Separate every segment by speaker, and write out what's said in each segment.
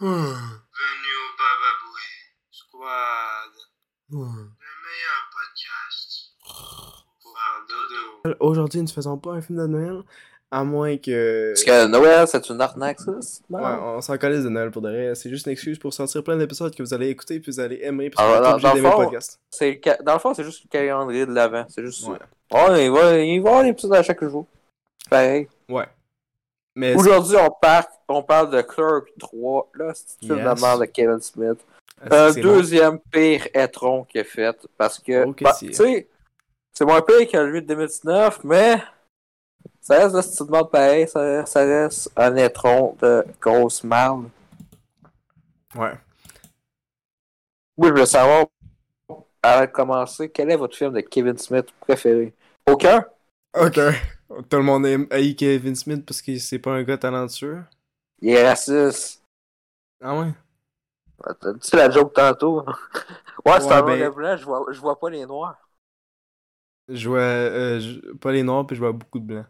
Speaker 1: Bienvenue au Bababoué Squad, le meilleur podcast pour faire dodo.
Speaker 2: Aujourd'hui, nous ne faisons pas un film de Noël, à moins que.
Speaker 3: Parce que Noël, c'est une arnaque, ça. c'est
Speaker 2: Ouais,
Speaker 3: marrant.
Speaker 2: on s'en calisse de Noël pour de vrai. C'est juste une excuse pour sortir plein d'épisodes que vous allez écouter puis vous allez aimer puis vous
Speaker 3: Alors,
Speaker 2: allez être obligé
Speaker 3: dans- dans
Speaker 2: d'aimer
Speaker 3: le
Speaker 2: le
Speaker 3: fond,
Speaker 2: podcast.
Speaker 3: C'est le ca- Dans le fond, c'est juste le calendrier de l'avant. C'est juste ça.
Speaker 2: Ouais.
Speaker 3: Ouais, il va il va y avoir un épisode à chaque jour. Pareil.
Speaker 2: Ouais. Mais
Speaker 3: Aujourd'hui, on, par- on parle de Clerk 3. Là, c'est une
Speaker 2: Yes.
Speaker 3: merde de Kevin Smith.
Speaker 2: c'est-
Speaker 3: Un
Speaker 2: c'est
Speaker 3: deuxième pire étron qu'il a fait. Parce que,
Speaker 2: Oh, que
Speaker 3: bah,
Speaker 2: si.
Speaker 3: tu sais, c'est moins pire que lui de 2019, mais ça reste, là, si tu demandes pareil, ça, ça reste un étron de grosse merde.
Speaker 2: bon. Ouais.
Speaker 3: Oui, je veux savoir, avant de commencer, quel est votre film de Kevin Smith préféré? Aucun?
Speaker 2: Ok. Tout le monde aime haï Kevin Smith parce que c'est pas un gars talentueux.
Speaker 3: Il est raciste.
Speaker 2: Ah ouais?
Speaker 3: Ah, T'as dit la joke tantôt? Ouais, c'est
Speaker 2: Ouais,
Speaker 3: un
Speaker 2: ben-
Speaker 3: noir et blanc, je vois, je vois pas les noirs.
Speaker 2: Je jouais euh, je- pas les noirs puis je vois beaucoup de blancs.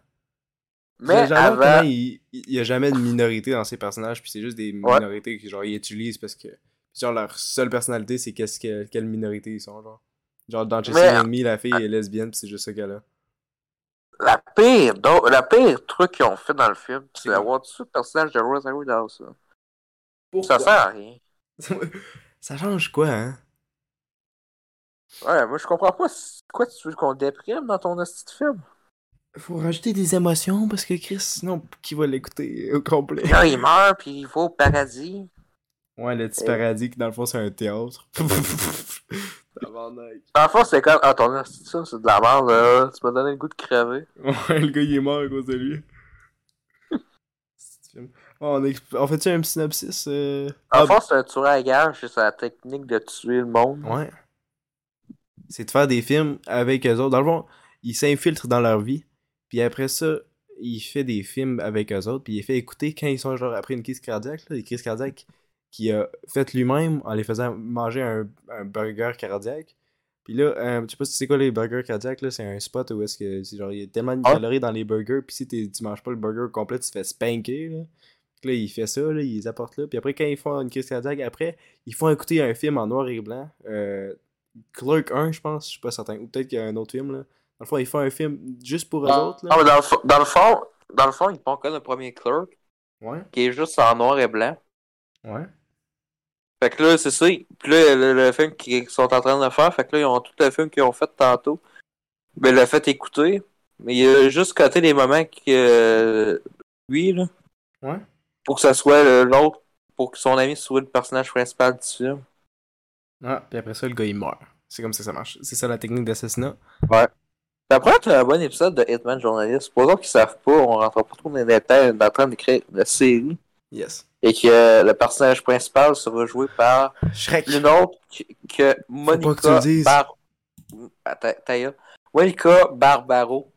Speaker 3: Mais
Speaker 2: Genre,
Speaker 3: avant,
Speaker 2: comment il, il il y a jamais de minorité dans ses personnages, puis c'est juste des
Speaker 3: Ouais.
Speaker 2: minorités qu'ils genre ils utilisent parce que genre leur seule personnalité c'est qu'est-ce que quelle minorité ils sont genre. Genre dans Chasing
Speaker 3: Mais- ah.
Speaker 2: Amy, la fille est lesbienne, puis c'est juste ce gars-là.
Speaker 3: la pire, donc, la pire truc qu'ils ont fait dans le film, c'est
Speaker 2: C'est
Speaker 3: d'avoir tout le personnage de Rosario dans ça. Ça
Speaker 2: Pourquoi?
Speaker 3: sert à rien.
Speaker 2: Ça change quoi, hein?
Speaker 3: Ouais, moi je comprends pas c- pourquoi tu veux qu'on déprime dans ton hostie de film.
Speaker 2: Faut rajouter des émotions parce que Chris, sinon qui va l'écouter au complet?
Speaker 3: Là, il meurt, puis il va au paradis.
Speaker 2: Ouais, le petit
Speaker 3: Et-
Speaker 2: paradis qui dans le fond c'est un théâtre. Tabarnak.
Speaker 3: Dans le fond, c'est comme, ah, ton hostie de film, c'est de la merde, là. Tu m'as donné le goût de crever.
Speaker 2: Ouais, le gars il est mort à cause de lui. C'est- Ouais, on, exp- on fait-tu un petit synopsis? euh?
Speaker 3: En
Speaker 2: Ah,
Speaker 3: fait, c'est un tueur à gage, c'est sa technique de tuer le monde.
Speaker 2: Ouais. C'est de faire des films avec eux autres. Dans le fond, ils s'infiltrent dans leur vie. Puis après ça, il fait des films avec eux autres. Puis il fait écouter quand ils sont genre après une crise cardiaque. Là, des crises cardiaques qu'il a faites lui-même en les faisant manger un, un burger cardiaque. Puis là, euh, je sais pas si tu sais quoi les burgers cardiaques, là, c'est un spot où est-ce que c'est genre il y a tellement de
Speaker 3: Ah.
Speaker 2: calories dans les burgers, puis si t'es- tu manges pas le burger complet, tu te fais spanker. Là. Puis là, il fait ça, là, il les apporte là. Puis après, quand ils font une crise cardiaque, après, ils font écouter un film en noir et blanc. Euh, Clerk 1, je pense, je suis pas certain. Ou peut-être qu'il y a un autre film, là. Dans le fond, ils font un film juste pour eux
Speaker 3: Ah,
Speaker 2: autres, là.
Speaker 3: ah, mais dans, le fo- dans le fond, dans le fond, ils font comme le premier clerk,
Speaker 2: Ouais,
Speaker 3: qui est juste en noir et blanc.
Speaker 2: ouais.
Speaker 3: Fait que là, c'est ça. Puis là, le, le film qu'ils sont en train de faire, fait que là, ils ont tout le film qu'ils ont fait tantôt. Mais l'a fait écouter. Mais il a juste coté les moments que euh, lui, là.
Speaker 2: Ouais.
Speaker 3: Pour que ça soit le- l'autre, pour que son ami soit le personnage principal du film.
Speaker 2: Ah, puis après ça, le gars, il meurt. C'est comme ça que ça marche. C'est ça la technique d'assassinat.
Speaker 3: Après, tu as un bon épisode de Hitman Journaliste. Supposons qu'ils savent pas, on rentre pas trop dans les détails, on est en train d'écrire la série.
Speaker 2: Yes.
Speaker 3: Et que euh, le personnage principal sera joué par
Speaker 2: Shrek.
Speaker 3: une autre que, que Monica
Speaker 2: pas que tu le dises.
Speaker 3: Bar... Ah, ta- ta gueule. Monica Barbaro.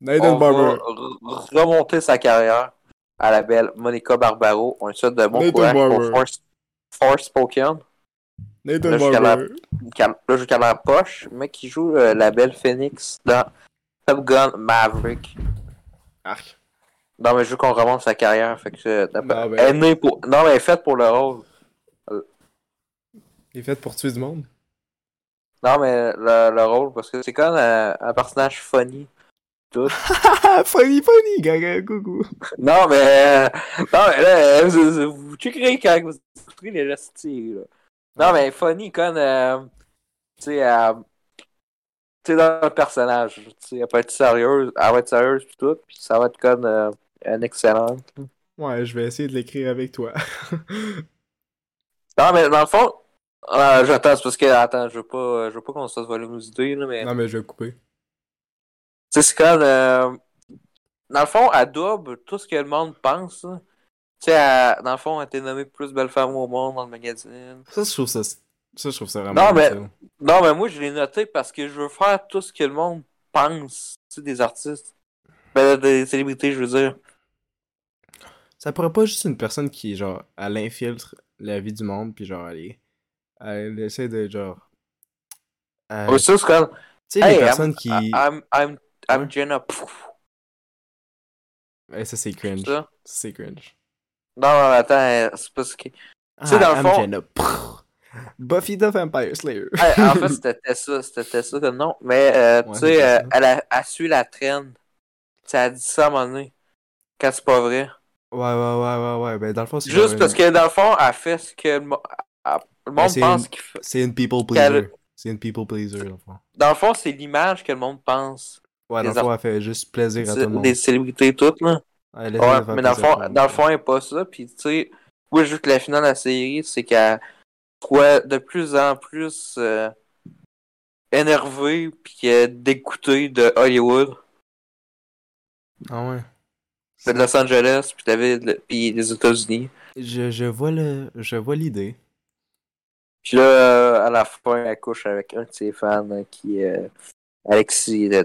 Speaker 2: Nathan
Speaker 3: On
Speaker 2: Barber.
Speaker 3: va re- remonter sa carrière à la belle Monica Barbaro. On lui souhaite de bon
Speaker 2: Nathan
Speaker 3: courage
Speaker 2: Barber.
Speaker 3: pour Force, Force Spoken.
Speaker 2: Nathan
Speaker 3: Là, jusqu'à
Speaker 2: Barber.
Speaker 3: Là, jusqu'à la poche, mais qui joue euh, la belle Phoenix dans Top Gun Maverick.
Speaker 2: Arc.
Speaker 3: Dans le jeu qu'on remonte sa carrière. Fait que, euh,
Speaker 2: Non, ben-
Speaker 3: elle est née pour... Non, mais elle est faite pour le rôle.
Speaker 2: Il est fait pour tuer du monde.
Speaker 3: Non, mais le, le rôle, parce que c'est comme euh, un personnage funny.
Speaker 2: funny, funny, gaga, coucou.
Speaker 3: Non, mais. euh, Non, mais là, euh, vous, vous, vous checkerez quand vous écouterez les restis, là. Non, mais Funny, con. euh, tu sais, euh, tu sais, dans le personnage. Tu sais, elle peut être sérieuse, elle va être sérieuse, pis tout, pis ça va être con. Euh, un excellent.
Speaker 2: Ouais, je vais essayer de l'écrire avec toi.
Speaker 3: Non, mais dans le fond. euh, j'attends, c'est parce que. Attends, je veux pas, euh, je veux pas qu'on se fasse voler nos idées, là, mais.
Speaker 2: non, mais je vais couper.
Speaker 3: Tu sais, c'est comme. euh, dans le fond, elle double tout ce que le monde pense. là. Tu sais, elle- dans le fond, elle a été nommée plus belle femme au monde dans le magazine.
Speaker 2: Ça, je trouve ça. Ça, je trouve ça vraiment.
Speaker 3: Non, mais-
Speaker 2: excellent.
Speaker 3: Non, mais moi, je l'ai noté parce que je veux faire tout ce que le monde pense, tu sais, des artistes. Ben, des célébrités, je veux dire.
Speaker 2: Ça pourrait pas juste une personne qui, genre, elle infiltre la vie du monde, puis genre, elle, est- elle essaie de, genre... euh,
Speaker 3: Ou
Speaker 2: tu
Speaker 3: ça, c'est comme,
Speaker 2: sais,
Speaker 3: Hey,
Speaker 2: les
Speaker 3: I'm-
Speaker 2: personnes qui...
Speaker 3: I'm, I'm, I'm
Speaker 2: Ouais.
Speaker 3: Jenna. Pfff,
Speaker 2: Eh, ça, c'est cringe. Ça,
Speaker 3: ça.
Speaker 2: c'est cringe.
Speaker 3: Non, non, attends, euh, c'est parce que. Tu sais, dans le
Speaker 2: Ah, I'm
Speaker 3: fond-
Speaker 2: Jenna. Prrr. Buffy the Vampire Slayer.
Speaker 3: Ouais, en fait, c'était ça, c'était ça comme nom. Mais, euh,
Speaker 2: Ouais,
Speaker 3: tu
Speaker 2: c'était
Speaker 3: sais, euh,
Speaker 2: ça.
Speaker 3: elle, a, elle suit la traîne. Ça a dit ça à un moment donné. Quand c'est pas vrai.
Speaker 2: Ouais, ouais, ouais, ouais, ouais. Ben, dans le fond, c'est
Speaker 3: Juste
Speaker 2: genre
Speaker 3: parce
Speaker 2: une-
Speaker 3: que, dans le fond, elle fait ce que le, mo- elle- le
Speaker 2: Ouais,
Speaker 3: monde
Speaker 2: Ben, c'est
Speaker 3: pense
Speaker 2: une-
Speaker 3: qu'il fait.
Speaker 2: C'est une people
Speaker 3: Qu'elle-
Speaker 2: pleaser. C'est une people pleaser, dans le fond.
Speaker 3: Dans le fond, c'est l'image que le monde pense.
Speaker 2: Ouais, dans le
Speaker 3: Les
Speaker 2: fond, elle fait juste plaisir à tout le
Speaker 3: Des,
Speaker 2: monde.
Speaker 3: des célébrités toutes, là.
Speaker 2: Ouais,
Speaker 3: Ouais, mais dans le fond, dans le fond, elle est pas ça. Puis, tu sais, moi, je veux que la finale de la série, c'est qu'elle soit de plus en plus euh, énervée puis euh, dégoûtée de Hollywood.
Speaker 2: Ah ouais.
Speaker 3: de Los Angeles, puis, la ville, puis les États-Unis.
Speaker 2: Je, je vois le, je vois l'idée.
Speaker 3: Puis là, euh, à la fin, elle couche avec un de ses fans euh, qui est Alexis. euh,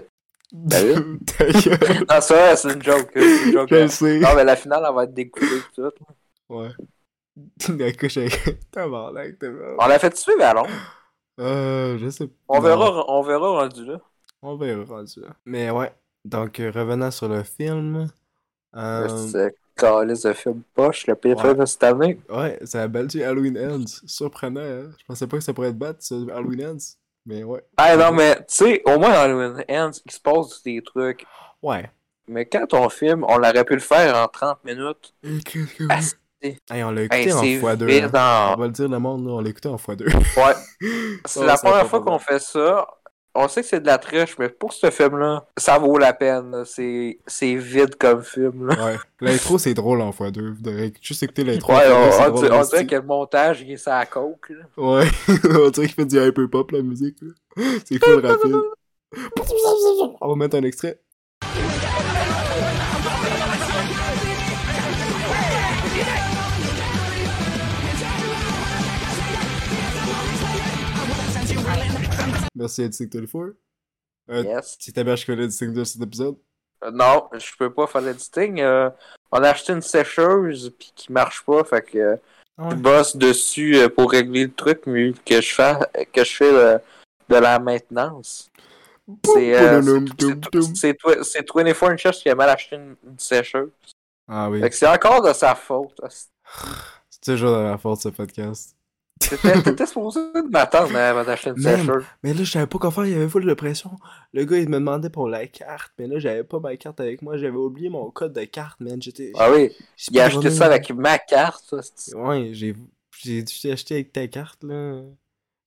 Speaker 3: Ben
Speaker 2: Ta gueule.
Speaker 3: Non, c'est vrai, c'est une joke. euh, C'est une joke.
Speaker 2: Je
Speaker 3: euh.
Speaker 2: le sais.
Speaker 3: Non, mais la finale, elle va être découpée pis tout.
Speaker 2: Ouais. La couche avec. T'as marre, là, t'as marre.
Speaker 3: On l'a fait suivre à Londres.
Speaker 2: Euh, je sais pas.
Speaker 3: On
Speaker 2: Non.
Speaker 3: verra, on verra rendu là.
Speaker 2: On verra rendu là. Mais ouais. Donc, euh, revenant sur le film. euh,
Speaker 3: C'est calice de film poche, le pire
Speaker 2: ouais.
Speaker 3: film de cette année.
Speaker 2: ouais, ça a battu Halloween Ends. Surprenant, hein. Je pensais pas que ça pourrait être battre, ce Halloween Ends. Mais ouais.
Speaker 3: Ah non, mais tu sais, au moins dans Halloween Ends, il se passe des trucs.
Speaker 2: Ouais.
Speaker 3: Mais quand on filme, on l'aurait pu le faire en 30 minutes.
Speaker 2: Et qu'est-ce que
Speaker 3: Ah,
Speaker 2: vous-
Speaker 3: c'est-
Speaker 2: Hey, on l'a écouté
Speaker 3: Hey,
Speaker 2: en
Speaker 3: c'est
Speaker 2: x2. hein.
Speaker 3: vide en-
Speaker 2: On va le dire, le monde, là, on l'a écouté en x2.
Speaker 3: Ouais. C'est
Speaker 2: Ouais,
Speaker 3: la
Speaker 2: ça va
Speaker 3: première
Speaker 2: pas
Speaker 3: fois
Speaker 2: pour
Speaker 3: qu'on fait ça. On sait que c'est de la triche, mais pour ce film-là, ça vaut la peine. là. C'est c'est vide comme film. là.
Speaker 2: Ouais. L'intro, c'est drôle en x2. Vous devrez juste écouter l'intro.
Speaker 3: Ouais,
Speaker 2: en
Speaker 3: on,
Speaker 2: x2, c'est
Speaker 3: on
Speaker 2: drôle
Speaker 3: dirait- on
Speaker 2: en
Speaker 3: dirait
Speaker 2: esti.
Speaker 3: que le montage, il est sa coke. là.
Speaker 2: Ouais, on dirait qu'il fait du hyper pop la musique. là. C'est cool rapide. On va mettre un extrait. Merci à Distinct 24. Euh,
Speaker 3: Yes.
Speaker 2: C'est ta mère qui connaît Distinct 24 cet épisode.
Speaker 3: Euh, Non, je peux pas faire l'editing. euh, on a acheté une sécheuse puis qui marche pas, fait que euh,
Speaker 2: Ah ouais.
Speaker 3: je bosse dessus euh, pour régler le truc, mais que je fais que je fais euh, de la maintenance. C'est euh, c'est- c'est- c'est twi- c'est 24 Inches qui a mal acheté une, une sécheuse.
Speaker 2: Ah oui,
Speaker 3: Fait que c'est encore de sa faute.
Speaker 2: c'est toujours dans la force ce podcast.
Speaker 3: T'étais t'étais supposé de m'attendre hein, avant d'acheter une
Speaker 2: Même.
Speaker 3: sécheuse.
Speaker 2: Mais là, je savais pas quoi faire, il y avait full de pression. Le gars, il me demandait pour la carte, mais là, j'avais pas ma carte avec moi, j'avais oublié mon code de carte, man. J'étais.
Speaker 3: Ah oui,
Speaker 2: j'ai
Speaker 3: il a
Speaker 2: pas
Speaker 3: acheté
Speaker 2: revenu.
Speaker 3: ça avec ma carte. ça, c'est-
Speaker 2: Ouais, j'ai j'ai dû acheter avec ta carte, là.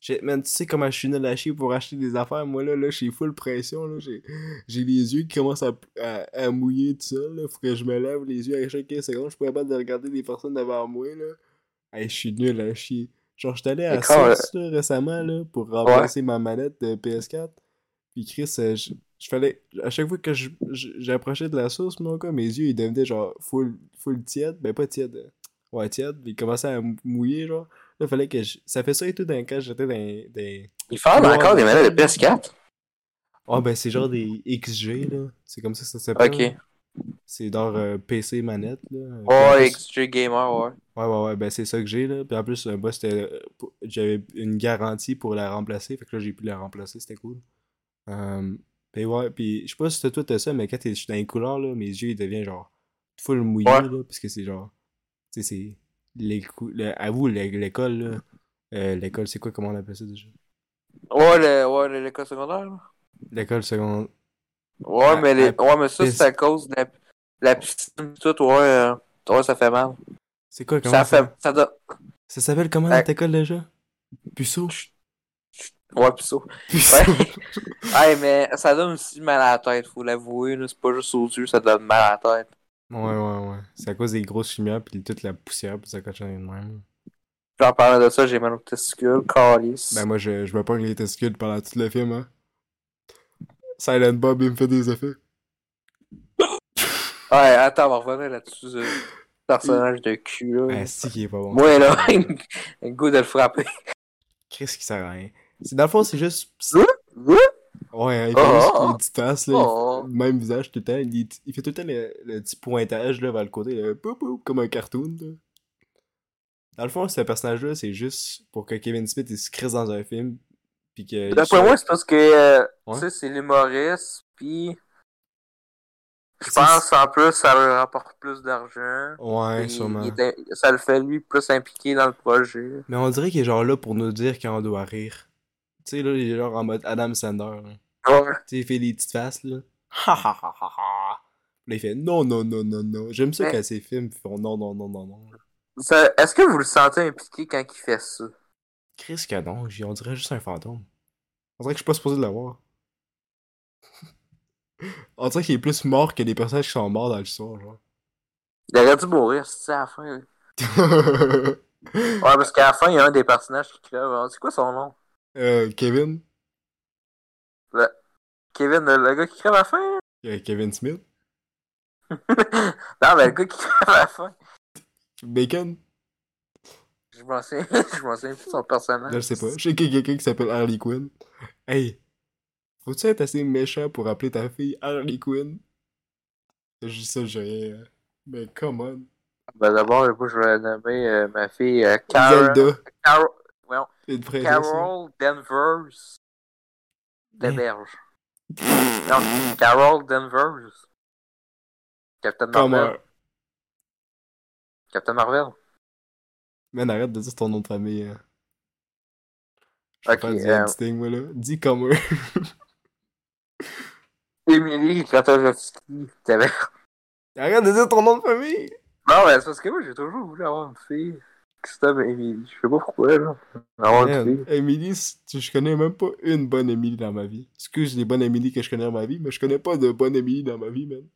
Speaker 2: J'ai- Man, tu sais comment je suis nul à chier pour acheter des affaires, moi, là, là, j'ai full pression, là. J'ai j'ai les yeux qui commencent à, à, à mouiller tout seul, là. Faut que je me lave les yeux à chaque 15 secondes, je pourrais pas de regarder les personnes devant moi, là. Hey, je suis nul à chier. Genre, j'étais allé à
Speaker 3: Mais quand,
Speaker 2: Source, là, récemment, là, pour remplacer ma manette de PS4. Puis Chris, euh, je, je fallait. À chaque fois que je- je- j'approchais de la source, mon gars, mes yeux, ils devenaient genre full, full tiède. Ben, pas tiède. euh, Ouais, tiède. Puis ils commençaient à mou- mouiller, genre. Là, fallait que je. Ça fait ça et tout dans, quand j'étais dans. dans...
Speaker 3: Il fait
Speaker 2: Ouais.
Speaker 3: encore des manettes de PS4.
Speaker 2: Ah, ben, c'est genre des XG, là. C'est comme ça que ça s'appelle.
Speaker 3: Ok.
Speaker 2: C'est genre euh, PC manette, là. Puis en
Speaker 3: Ouais,
Speaker 2: plus-
Speaker 3: XG Gamer, ouais.
Speaker 2: Ouais, ouais, ouais, ben c'est ça que j'ai là. Puis en plus, euh, moi, c'était. euh, pour- J'avais une garantie pour la remplacer. Fait que là, j'ai pu la remplacer, c'était cool. Euh, puis ouais, puis je sais pas si t'as- toi t'as ça, mais quand t'es- je suis dans les couleurs, là, mes yeux ils deviennent genre full mouillés,
Speaker 3: Ouais.
Speaker 2: là, parce que c'est genre. Tu sais, c'est. Les cou... le- à vous, l'é- l'école, là. euh, l'école, c'est quoi, comment on appelle ça déjà
Speaker 3: Ouais, le, ouais, le- l'école secondaire. là.
Speaker 2: L'école secondaire.
Speaker 3: Ouais,
Speaker 2: Ah,
Speaker 3: mais les,
Speaker 2: ah,
Speaker 3: ouais, mais ça,
Speaker 2: pis-
Speaker 3: c'est à cause de la, la piscine pis tout, ouais, euh, ouais, ça fait mal.
Speaker 2: C'est quoi, comment
Speaker 3: Ça
Speaker 2: ça
Speaker 3: fait, ça donne,
Speaker 2: Ça s'appelle comment
Speaker 3: Ah.
Speaker 2: notre école déjà Puceau
Speaker 3: ouais, pis ça.
Speaker 2: Puceau
Speaker 3: Ouais, mais ça donne aussi mal à la tête, faut l'avouer, là, c'est pas juste aux yeux, ça donne mal à la tête.
Speaker 2: Ouais, ouais, ouais. C'est à cause des grosses lumières, puis toute la poussière, puis ça cochonnerie de même.
Speaker 3: J'en parle de ça, j'ai mal aux testicules, calice.
Speaker 2: Ben moi, je, je me pogne les testicules pendant tout le film, hein. Silent Bob, il me fait des effets.
Speaker 3: Ouais, attends, on va revenir là-dessus. Ce personnage de cul, là.
Speaker 2: Ah, si, qui est pas bon.
Speaker 3: Moi, là, un goût de le frapper.
Speaker 2: Chris qui sert à rien. C'est, dans le fond, c'est juste...
Speaker 3: Ouais,
Speaker 2: Ouais, hein, il fait
Speaker 3: Oh,
Speaker 2: juste
Speaker 3: oh,
Speaker 2: une petite tasse, là.
Speaker 3: oh.
Speaker 2: il- Même visage tout le temps. Il, il fait tout le temps le, le petit pointage, là, vers le côté, là, pou, pou, comme un cartoon, là. Dans le fond, ce personnage-là, c'est juste pour que Kevin Smith, il se crisse dans un film, puis que...
Speaker 3: D'après moi, c'est parce que, euh,
Speaker 2: Ouais.
Speaker 3: tu sais, c'est l'humoriste, pis Je pense en plus ça lui rapporte plus d'argent.
Speaker 2: Ouais,
Speaker 3: Il-
Speaker 2: sûrement.
Speaker 3: il est in- ça le fait lui plus impliqué dans le projet.
Speaker 2: Mais on dirait qu'il est genre là pour nous dire quand on doit rire. Tu sais, là, il est genre en mode Adam Sander. là.
Speaker 3: Ouais.
Speaker 2: Tu sais, il fait des petites faces, là. Ha ha ha ha ha. Là, il fait non, non, non, non, non. J'aime ça
Speaker 3: Mais-
Speaker 2: quand ces films font non, non, non, non, non.
Speaker 3: Ça- Est-ce que vous le sentez impliqué quand il fait ça?
Speaker 2: Chris que non, j'ai- on dirait juste un fantôme. On dirait que je suis pas supposé de l'avoir. on dirait qu'il est plus mort que les personnages qui sont morts dans l'histoire, genre.
Speaker 3: Il aurait dû mourir, c'est ça, à la fin. Ouais, parce qu'à la fin, il y a un des personnages qui crève. hein. C'est quoi son nom?
Speaker 2: Euh, Kevin
Speaker 3: Kevin, le le gars qui crève à la fin? hein?
Speaker 2: Euh, Kevin Smith
Speaker 3: Non, mais le gars qui crève à la fin.
Speaker 2: Bacon
Speaker 3: Je m'en souviens, je m'en souviens plus de son personnage.
Speaker 2: Je sais pas. Je sais qu'il y a quelqu'un qui s'appelle Harley Quinn. Hey, faut-tu être assez méchant pour appeler ta fille Harley Quinn C'est juste ça, j'ai rien. euh, Mais come on.
Speaker 3: Ben d'abord, moi, je vais nommer euh, ma fille euh, Carol.
Speaker 2: Zelda,
Speaker 3: Carol,
Speaker 2: une princesse.
Speaker 3: Carol Danvers.
Speaker 2: Mais-
Speaker 3: Deberge. Non, Carol Danvers. Captain
Speaker 2: Comme euh,
Speaker 3: Marvel.
Speaker 2: un...
Speaker 3: Captain Marvel.
Speaker 2: Man, arrête de dire ton nom de famille. hein. Je vais
Speaker 3: Ok,
Speaker 2: faire du
Speaker 3: euh,
Speaker 2: editing, moi, là. Dis comme eux.
Speaker 3: Emily Kratovski. Deberge.
Speaker 2: Arrête de dire ton nom de famille!
Speaker 3: Non, mais c'est parce que moi, j'ai toujours voulu avoir une fille. qui s'appelle Emily. Je sais pas pourquoi, là. Avoir une
Speaker 2: Man,
Speaker 3: fille.
Speaker 2: Emily, c- tu- je connais même pas une bonne Emily dans ma vie. Excuse les bonnes Emily que je connais dans ma vie, mais je connais pas de bonne Emily dans ma vie, man.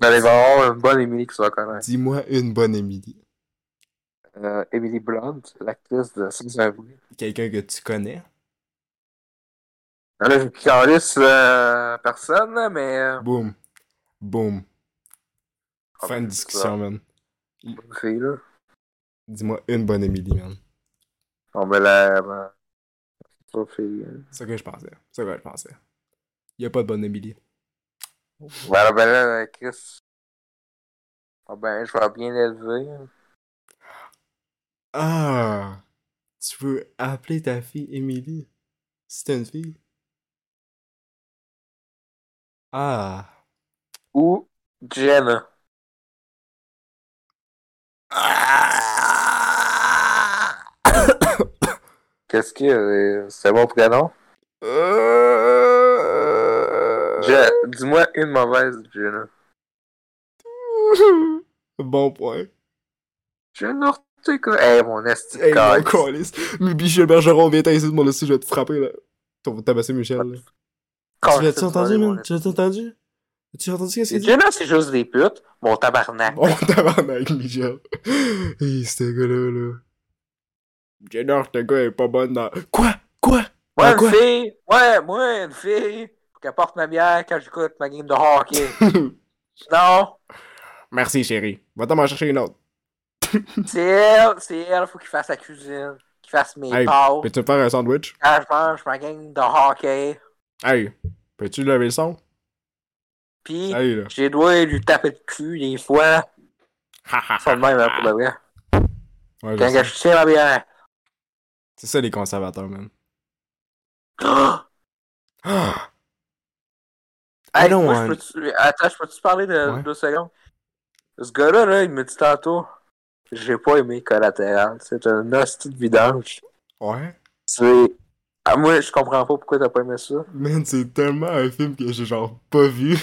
Speaker 3: Ben, il va y avoir une bonne Emily qui se va connaître.
Speaker 2: Dis-moi une bonne Emily.
Speaker 3: Euh, Emily Blunt, l'actrice de Saint Louis.
Speaker 2: Quelqu'un que tu connais.
Speaker 3: Là, je calisse euh, personne, là, mais. euh,
Speaker 2: Boom. Boom.
Speaker 3: Ah,
Speaker 2: fin de
Speaker 3: ben,
Speaker 2: discussion, man.
Speaker 3: Une fille, là.
Speaker 2: Dis-moi une bonne Emily, man.
Speaker 3: Bon, ben là, ben... Pas fille. hein.
Speaker 2: C'est ce que je pensais. C'est ce que je pensais. Y a pas de bonne Emily.
Speaker 3: Ben, ben là, euh, Chris. Ah ben, je vais bien l'élever. hein.
Speaker 2: Ah! Tu veux appeler ta fille Emily? Si t'as une fille? Ah!
Speaker 3: Ou Jenna.
Speaker 2: Ah!
Speaker 3: Qu'est-ce que euh, c'est bon prénom? Je... Dis-moi une mauvaise Jenna.
Speaker 2: Bon point.
Speaker 3: Jenna Ortega. Hey, mon esti de
Speaker 2: Hey, mon
Speaker 3: calice.
Speaker 2: calice. Mais Michel Bergeron vient ici de mon aussi, je vais te frapper là. T'as tabasser Michel là.
Speaker 3: Calice,
Speaker 2: Tu l'as-tu entendu,
Speaker 3: Ah, mon
Speaker 2: man?
Speaker 3: esti.
Speaker 2: Tu l'as-tu entendu? Tu as entendu qu'est-ce qu'il dit?
Speaker 3: Jenna, c'est juste des putes. Mon tabarnak.
Speaker 2: Bon Oh, tabarnak, Michel. Hey, ce gars-là, là. Jenner, ce gars est pas bonne dans... Quoi? Quoi?
Speaker 3: Moi,
Speaker 2: Ah,
Speaker 3: une
Speaker 2: quoi?
Speaker 3: fille. Ouais, moi, une fille. Qui apporte ma bière quand j'écoute ma game de hockey. non,
Speaker 2: Merci, chérie. Va-t'en m'en chercher une autre.
Speaker 3: c'est elle. C'est elle. Faut qu'il fasse la cuisine. Qu'il fasse mes
Speaker 2: Hey,
Speaker 3: pâtes.
Speaker 2: Peux-tu me faire un sandwich?
Speaker 3: Quand je mange ma game de hockey.
Speaker 2: Hey, peux-tu lever le son?
Speaker 3: Puis,
Speaker 2: Hey, là.
Speaker 3: j'ai dois lui taper le cul des fois. C'est le même, hein, pour de vrai.
Speaker 2: Ouais, Ah, je
Speaker 3: Quand
Speaker 2: sais.
Speaker 3: je tiens ma bière.
Speaker 2: C'est ça, les conservateurs, man. I Ah,
Speaker 3: Hey,
Speaker 2: don't
Speaker 3: moi, je
Speaker 2: want-
Speaker 3: peux-tu- Attends, je peux-tu parler de
Speaker 2: Ouais.
Speaker 3: deux secondes? Ce gars-là, là, il me dit tantôt, j'ai pas aimé Collatéral. C'est un hostie de vidange.
Speaker 2: Ouais.
Speaker 3: C'est. Ah, moi, je comprends pas pourquoi t'as pas aimé ça.
Speaker 2: Man, c'est tellement un film que j'ai genre pas vu.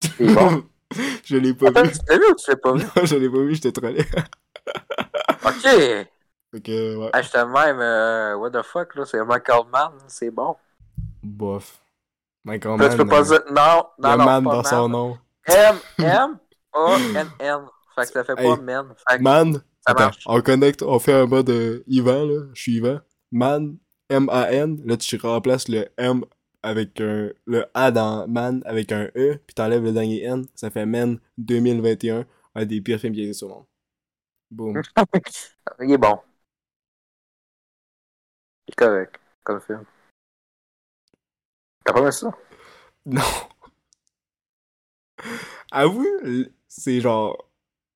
Speaker 3: C'est bon.
Speaker 2: je l'ai pas
Speaker 3: Attends,
Speaker 2: vu.
Speaker 3: tu l'as vu ou tu l'as pas vu?
Speaker 2: Non, je l'ai pas vu, j'étais trollé.
Speaker 3: Ok!
Speaker 2: Fait que, ouais.
Speaker 3: Ah, j'étais de même, euh, what the fuck, là, c'est Michael Mann, c'est bon.
Speaker 2: Bof. Michael
Speaker 3: Là, tu peux
Speaker 2: Mann,
Speaker 3: pas
Speaker 2: euh,
Speaker 3: dire, non,
Speaker 2: Il y a
Speaker 3: non, non,
Speaker 2: man
Speaker 3: pas
Speaker 2: dans
Speaker 3: man.
Speaker 2: son nom.
Speaker 3: M, M, A, N, N. Fait que ça fait
Speaker 2: Hey.
Speaker 3: pas men. Fait que
Speaker 2: Man.
Speaker 3: ça
Speaker 2: Attends,
Speaker 3: marche.
Speaker 2: on connecte, on fait un mode euh, Yvan, là. Je suis Yvan. Man, M-A-N. Là, tu remplaces le M avec un. Le A dans man avec un E, puis t'enlèves le dernier N. Ça fait Men 2021, un des pires films qui existent au monde.
Speaker 3: Hmm.
Speaker 2: Boom.
Speaker 3: Il est bon. Il est correct, comme film. T'as pas aimé ça?
Speaker 2: non. Avoue, l- c'est genre.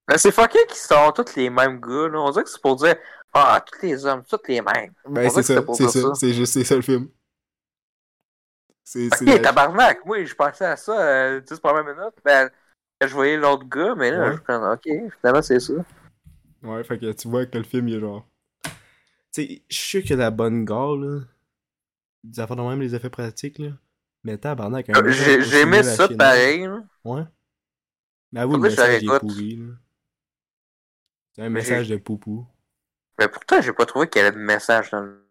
Speaker 3: Mais Ben, c'est fucké qu'ils sont tous les mêmes gars, là. On dirait que c'est pour dire, ah, tous les hommes, tous les mêmes.
Speaker 2: Ben,
Speaker 3: On dirait
Speaker 2: c'est
Speaker 3: que
Speaker 2: ça,
Speaker 3: c'était pour
Speaker 2: c'est
Speaker 3: dire
Speaker 2: ça.
Speaker 3: ça.
Speaker 2: C'est juste, c'est ça le film. C'est
Speaker 3: Ok,
Speaker 2: c'est-
Speaker 3: tabarnak! Moi, je pensais à ça euh, 10 premières minutes. Ben, je voyais l'autre gars, mais là,
Speaker 2: Ouais. Ben,
Speaker 3: je suis comme, ok, finalement, c'est ça.
Speaker 2: Ouais, fait que tu vois que le film, il est genre. Tu sais, je suis sûr que la bonne gare, là. Des affaires de même, les effets pratiques, là. Mais tabarnak, un méchant
Speaker 3: Ah, J'ai
Speaker 2: pour
Speaker 3: j'ai
Speaker 2: simuler
Speaker 3: aimé
Speaker 2: la
Speaker 3: ça
Speaker 2: Chine.
Speaker 3: pareil. là.
Speaker 2: Ouais. Mais avoue, le
Speaker 3: Faudrait que je
Speaker 2: message est
Speaker 3: l'écoute.
Speaker 2: pourri, là. C'est un
Speaker 3: Mais
Speaker 2: message de poupou.
Speaker 3: Mais pourtant, j'ai pas trouvé qu'il y avait de message dans le.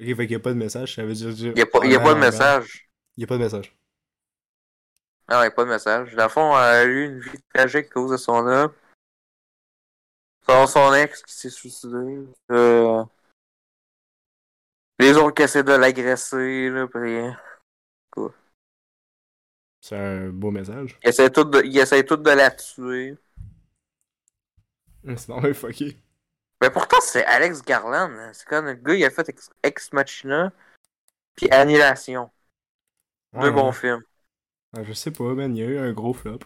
Speaker 2: Ok, fait qu'il n'y a pas de message, ça veut dire.
Speaker 3: Il n'y a, pas- il y a pas de
Speaker 2: ben.
Speaker 3: message.
Speaker 2: Il n'y a pas de message.
Speaker 3: Non, il n'y a pas de message. Dans le fond, elle a eu une vie tragique à cause de son homme. Son, son ex qui s'est suicidé. euh, Les autres qui essaient de l'agresser, là, puis
Speaker 2: C'est un beau message.
Speaker 3: ils essaient tous de, ils essaient tous de la tuer.
Speaker 2: C'est normal, fucké.
Speaker 3: Mais pourtant, c'est Alex Garland. hein. C'est quand le gars, il a fait Ex, Ex Machina, puis Annihilation. Deux
Speaker 2: Ouais,
Speaker 3: bons
Speaker 2: ouais.
Speaker 3: films.
Speaker 2: Ouais, je sais pas, man, il y a eu un gros flop.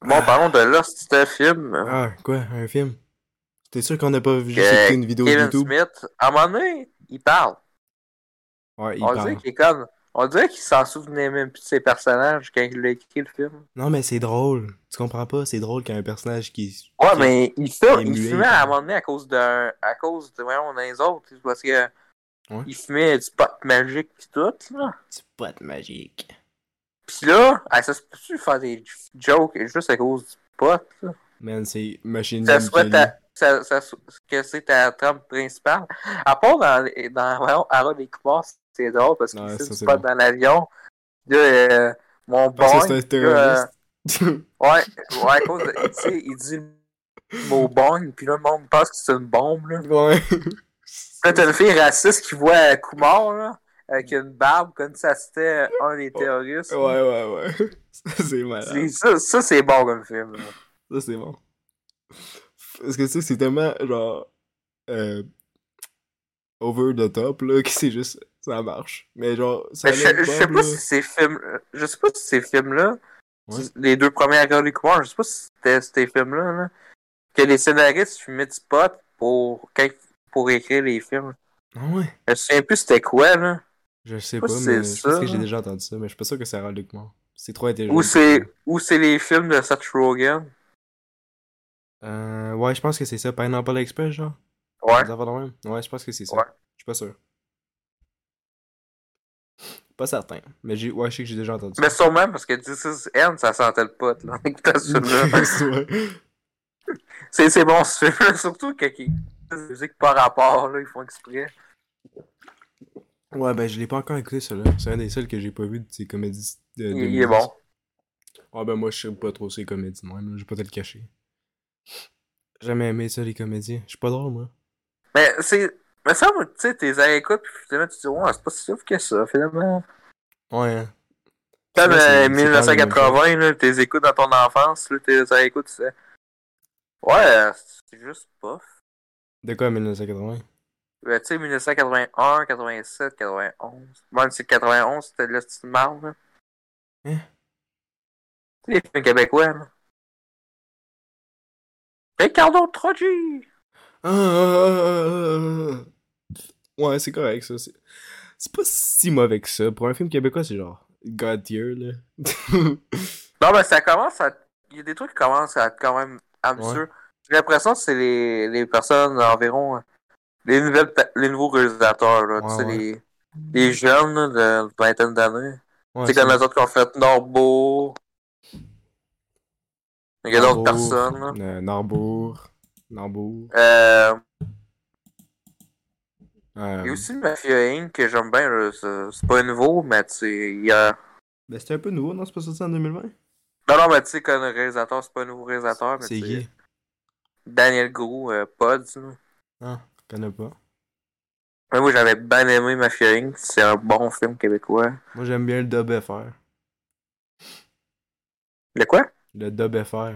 Speaker 3: Bon, parlons de Lost, c'était un film. euh,
Speaker 2: Ah, quoi, un film T'es sûr qu'on n'a pas vu
Speaker 3: Que-
Speaker 2: juste écouté une vidéo
Speaker 3: Euh, Kevin
Speaker 2: YouTube
Speaker 3: Smith, à un moment donné, il parle.
Speaker 2: Ouais, il
Speaker 3: on
Speaker 2: parle.
Speaker 3: dirait qu'il est comme. On dirait qu'il s'en souvenait même plus de ses personnages quand il a écrit le film.
Speaker 2: Non, mais c'est drôle. Tu comprends pas, c'est drôle qu'il y a un personnage qui.
Speaker 3: Ouais,
Speaker 2: qui-
Speaker 3: mais il
Speaker 2: Il
Speaker 3: fume,
Speaker 2: est
Speaker 3: il
Speaker 2: muet,
Speaker 3: fumait
Speaker 2: il
Speaker 3: à un
Speaker 2: parle.
Speaker 3: moment donné à cause d'un. à cause de voyons les autres, c'est parce que
Speaker 2: Ouais.
Speaker 3: il fumait du pot magique pis tout, là.
Speaker 2: C'est pas de magique.
Speaker 3: Pis là, ah, ça se peut-tu faire des j- jokes juste à cause du pot, là?
Speaker 2: Man, c'est Machine
Speaker 3: Ça
Speaker 2: Gun
Speaker 3: serait
Speaker 2: Kelly.
Speaker 3: ta- ça, ça, se- que c'est ta trame principale. À part dans, les- dans voyons, Harold et Kumar, c'est drôle parce qu'il
Speaker 2: Ouais,
Speaker 3: fume
Speaker 2: ça,
Speaker 3: du
Speaker 2: c'est
Speaker 3: pot
Speaker 2: bon.
Speaker 3: dans l'avion. Là, euh, mon
Speaker 2: Parce
Speaker 3: bon.
Speaker 2: que c'est un terroriste.
Speaker 3: Ouais, ouais, à cause de- tu sais, il dit le mot bombe, puis là, le monde pense que c'est une bombe, là.
Speaker 2: ouais.
Speaker 3: Puis Là, t'as une fille raciste qui voit euh, Kumar, là, avec une barbe, comme si ça c'était un des terroristes.
Speaker 2: Ouais, ouais, ouais. Ça, c'est malade.
Speaker 3: C'est- Ça, ça, c'est bon comme film, là.
Speaker 2: Ça, c'est bon. Parce que tu sais, c'est tellement genre. euh, over the top, là, que c'est juste. Ça marche. Mais genre, ça
Speaker 3: Mais je,
Speaker 2: lève
Speaker 3: je sais
Speaker 2: Bob,
Speaker 3: pas
Speaker 2: là.
Speaker 3: si ces films, je sais pas si ces films-là,
Speaker 2: Ouais.
Speaker 3: les deux premiers Harold et Kumar, je sais pas si c'était ces films-là, là, que les scénaristes fumaient du pot pour, quand- pour écrire les films.
Speaker 2: Ah ouais.
Speaker 3: Je me souviens plus c'était quoi, là.
Speaker 2: Je sais
Speaker 3: pas
Speaker 2: pas,
Speaker 3: si
Speaker 2: mais
Speaker 3: c'est
Speaker 2: je pense
Speaker 3: ça,
Speaker 2: que j'ai
Speaker 3: là.
Speaker 2: déjà entendu ça, mais je suis pas sûr que c'est Harold et Kumar. C'est trop intelligent.
Speaker 3: Ou c'est, ou c'est les films de Seth Rogen.
Speaker 2: Euh, ouais, je pense que c'est ça. Pineapple Express, genre.
Speaker 3: Ouais.
Speaker 2: Des affaires de même? Ouais, je pense que c'est ça.
Speaker 3: Ouais.
Speaker 2: Je suis pas sûr. Pas certain. Mais j'ai... ouais, je sais que j'ai déjà entendu
Speaker 3: Mais
Speaker 2: ça.
Speaker 3: sûrement parce que This is End, ça sentait le pote, là. en écoutant ce film-là.
Speaker 2: Ouais.
Speaker 3: c'est, c'est bon ce film-là, surtout que qui la musique par rapport, là, ils font exprès.
Speaker 2: Ouais, ben je l'ai pas encore écouté celui-là. C'est un des seuls que j'ai pas vu de ces comédies de
Speaker 3: Il,
Speaker 2: 2010.
Speaker 3: il est bon.
Speaker 2: Ouais, ben moi je sais pas trop ces comédies, moi, mais je vais pas te le cacher. J'ai Jamais aimé ça, les comédies. Je suis pas drôle, moi.
Speaker 3: Mais c'est. Mais ça, tu sais, t'es à l'écoute, puis finalement, tu te dis, ouais, c'est pas si sauf que ça, finalement.
Speaker 2: Ouais, hein.
Speaker 3: Comme
Speaker 2: Sinon, c'est- c'est pas la
Speaker 3: euh,
Speaker 2: même chose.
Speaker 3: 1980, là, t'es écoutes dans ton enfance, là, t'es à l'écoute, tu sais. Ouais, euh, c'est juste pas.
Speaker 2: De quoi, 1980?
Speaker 3: Ben, tu sais, 1981, 87, 91. Même si 91, c'était de la petite marde, là.
Speaker 2: Hein?
Speaker 3: Tu sais, les films québécois, là. Ricardo Trogi!
Speaker 2: Ah, ah, ah, ah, ah. Ouais, c'est correct, ça. C'est... c'est pas si mauvais que ça. Pour un film québécois, c'est genre God tier, là.
Speaker 3: Non, ben, ça commence à. Il y a des trucs qui commencent à être quand même absurdes. J'ai l'impression que c'est les, les personnes environ. euh, Les, nouvelles, pe- les nouveaux réalisateurs, là. tu
Speaker 2: Ouais,
Speaker 3: sais,
Speaker 2: ouais.
Speaker 3: les, les jeunes, là, de vingtaine d'années.
Speaker 2: Ouais,
Speaker 3: c'est comme les autres qui ont fait Norbeau. Il y a d'autres
Speaker 2: Norbeau.
Speaker 3: personnes, là.
Speaker 2: Euh, Narbourg. Narbourg.
Speaker 3: Euh,
Speaker 2: Euh,
Speaker 3: il y a aussi le Mafia Inc. que j'aime bien. là. C'est c'est pas nouveau, mais tu sais, il y a...
Speaker 2: Ben, c'était un peu nouveau, non? C'est pas sorti en 2020?
Speaker 3: Non, non, mais tu sais, comme réalisateur, Ah, ben, c'est pas un nouveau réalisateur, mais
Speaker 2: C'est
Speaker 3: tu sais,
Speaker 2: qui?
Speaker 3: Daniel Gros, euh, Pods. là.
Speaker 2: Ah, je connais pas.
Speaker 3: Mais moi, j'avais bien aimé Mafia Inc. C'est un bon film québécois.
Speaker 2: Moi, j'aime bien le dub FR.
Speaker 3: Le quoi?
Speaker 2: Le dub FR.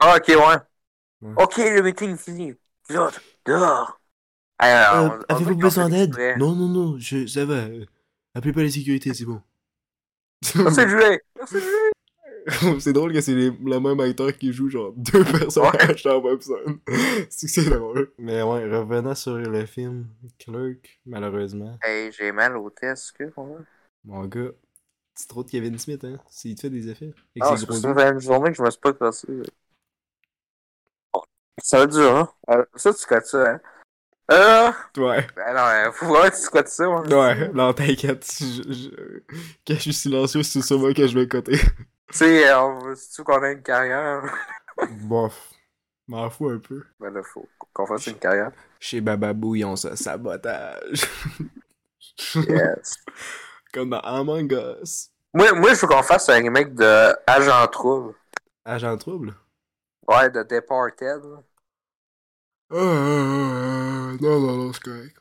Speaker 3: Ah, ok, ouais.
Speaker 2: Ouais.
Speaker 3: Ok, le meeting fini. L'autre, dehors.
Speaker 2: Euh,
Speaker 3: Alors, Ah, on- on dirait qu'on fait exprès.
Speaker 2: Non, non, non, je, Euh, ça va. Appelez pas la sécurité, c'est bon.
Speaker 3: Ah, Merci de jouer. Merci de jouer.
Speaker 2: c'est drôle que c'est les- le même acteur qui joue genre deux personnages dans Webson. c'est que c'est drôle. Mais ouais, revenant sur le film Clerk, malheureusement,
Speaker 3: Hey, j'ai mal au test, que moi.
Speaker 2: mon gars, c'est trop de Kevin Smith, hein. C'est- Il te fait des effets. Avec
Speaker 3: Ah,
Speaker 2: ses
Speaker 3: c'est
Speaker 2: gros
Speaker 3: pour
Speaker 2: doigts.
Speaker 3: ça fait une journée que je me suis pas passé. Oh, Ça va dur, hein? Euh, Ça, tu cotes ça, hein? Euh,
Speaker 2: Ouais.
Speaker 3: alors, faut voir que tu cotes ça, moi.
Speaker 2: Ouais, non, t'inquiète. Je, je- Quand je suis silencieux, c'est sûrement que je vais coter.
Speaker 3: Tu sais, euh, on- c'est-tu qu'on a une carrière? hein.
Speaker 2: Bof. M'en fous un peu.
Speaker 3: Ben là, faut qu'on fasse une carrière.
Speaker 2: Chez Bababou, ils ont ce sabotage.
Speaker 3: Yes.
Speaker 2: Comme dans Among Us.
Speaker 3: moi, moi, je veux qu'on fasse un remake de Agent Trouble.
Speaker 2: Agent Trouble?
Speaker 3: Ouais, de Departed. là.
Speaker 2: Euh, non, non, non, c'est correct.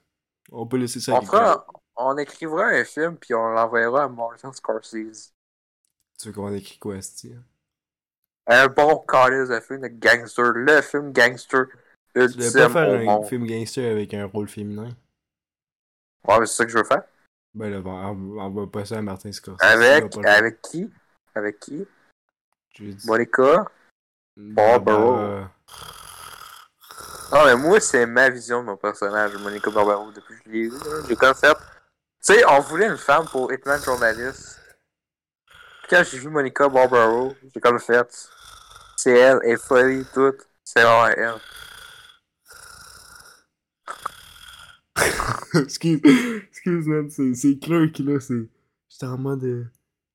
Speaker 2: On peut laisser ça
Speaker 3: On,
Speaker 2: à quelqu'un.
Speaker 3: fera- on écrivra un film, puis on l'enverra à Martin Scorsese.
Speaker 2: Tu veux qu'on écrit quoi, Asti?
Speaker 3: Un bon calice de film de gangster. Le film gangster
Speaker 2: Tu voulais pas
Speaker 3: ultime
Speaker 2: faire
Speaker 3: au
Speaker 2: un
Speaker 3: monde.
Speaker 2: film gangster avec un rôle féminin?
Speaker 3: Ouais, mais c'est ça que je veux faire.
Speaker 2: Ben là, on, on va passer à Martin Scorsese.
Speaker 3: Avec,
Speaker 2: On va pas le-
Speaker 3: avec qui? Avec qui?
Speaker 2: J'ai dit-
Speaker 3: Monica?
Speaker 2: mm, ah, bah,
Speaker 3: Barbaro. Non, mais moi, c'est ma vision de mon personnage, Monica Barbaro, depuis que je l'ai vu. là. J'ai comme fait... Tu sais, on voulait une femme pour Hitman Journalist. Puis Quand j'ai vu Monica Barbaro, j'ai comme fait... C'est elle, elle est folie, toute. C'est vraiment elle.
Speaker 2: excuse, excuse, man, c'est, c'est Clerk, là, c'est... J'étais en mode... euh,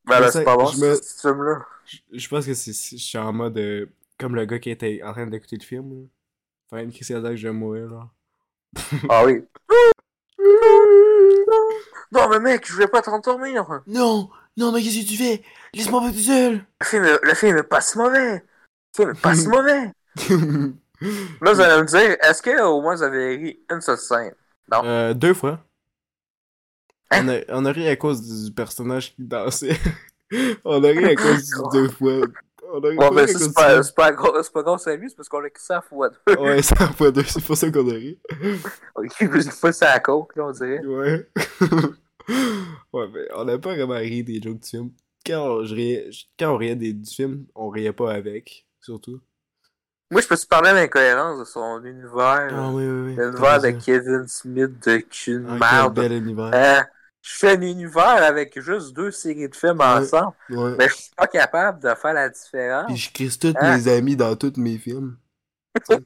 Speaker 3: Ben
Speaker 2: Mais
Speaker 3: là,
Speaker 2: ça,
Speaker 3: c'est pas bon,
Speaker 2: je me-
Speaker 3: ce ce film-là.
Speaker 2: Je je pense que c'est, c'est- je suis en mode... euh, comme le gars qui était en train d'écouter le film, là. Faire une crise cardiaque, je vais mourir, genre.
Speaker 3: Ah oui. Non, mais mec, je voulais pas t'endormir.
Speaker 2: Non! Non, mais qu'est-ce que tu fais? Laisse-moi pas tout seul!
Speaker 3: Le film, est- le film est pas si mauvais. Le film est pas si mauvais. Là, vous allez me dire, est-ce que au moins vous avez ri une seule scène?
Speaker 2: Euh, deux fois.
Speaker 3: Hein?
Speaker 2: On a, on a ri à cause du personnage qui dansait. on a ri à cause du deux fois. On a ri
Speaker 3: Bon,
Speaker 2: pas
Speaker 3: mais
Speaker 2: à
Speaker 3: ça,
Speaker 2: cause
Speaker 3: c'est
Speaker 2: du-
Speaker 3: pas, c'est pas, gros- c'est pas gros salut, c'est parce qu'on a écrit ça à fois deux.
Speaker 2: Ouais, ça fois deux, c'est pour ça qu'on a ri.
Speaker 3: On a écrit plusieurs fois ça à coke, là, on dirait.
Speaker 2: Ouais. ouais, mais on n'a pas vraiment ri des jokes du film. Quand, je riais- je- quand on riait des, du film, on riait pas avec, surtout.
Speaker 3: Moi, je peux te parler de l'incohérence de son univers. là.
Speaker 2: Ah oui, Ah, oui,
Speaker 3: L'univers de Kevin Smith de cul de merde.
Speaker 2: bel univers.
Speaker 3: Hein? Je fais un univers avec juste deux séries de films ensemble,
Speaker 2: Ouais.
Speaker 3: mais je suis pas capable de faire la
Speaker 2: Puis
Speaker 3: différence.
Speaker 2: je crisse tous
Speaker 3: Hein?
Speaker 2: mes amis dans tous mes films. c'est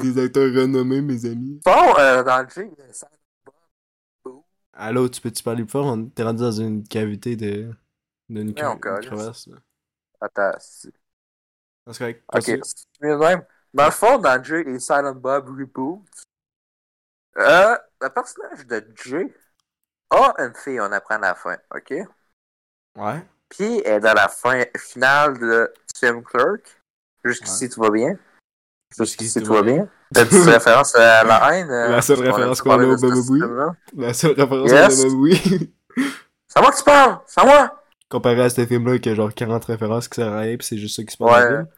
Speaker 2: des acteurs renommés, mes amis.
Speaker 3: Bon, euh, dans le film, ça-
Speaker 2: Allô, tu peux-tu parler plus fort? On t'es rendu dans une cavité de... d'une
Speaker 3: Mais on
Speaker 2: cre-
Speaker 3: colle.
Speaker 2: crevasse. là.
Speaker 3: Attends, c'est-
Speaker 2: Ah, C'est correct.
Speaker 3: Ok,
Speaker 2: continue.
Speaker 3: c'est mieux de même. Dans le fond, dans Jay et Silent Bob Reboot, euh, le personnage de Jay a une fille, on apprend à la fin, ok?
Speaker 2: Ouais.
Speaker 3: Puis elle est dans la fin finale de Tim Clark. Jusqu'ici, tout va bien. Jusqu'ici, tout va bien. T'as une petite référence à la haine. euh,
Speaker 2: La seule
Speaker 3: on a-tu
Speaker 2: référence qu'on
Speaker 3: parlé
Speaker 2: a au
Speaker 3: de ce
Speaker 2: Baba Booey.
Speaker 3: film-là?
Speaker 2: La seule référence à
Speaker 3: Yes.
Speaker 2: Baba Booey.
Speaker 3: C'est à moi que tu parles! C'est à moi!
Speaker 2: comparé à ce film-là qui a genre 40 références qui servent à rien pis c'est juste ça qui se passe
Speaker 3: Ouais.
Speaker 2: dans le film.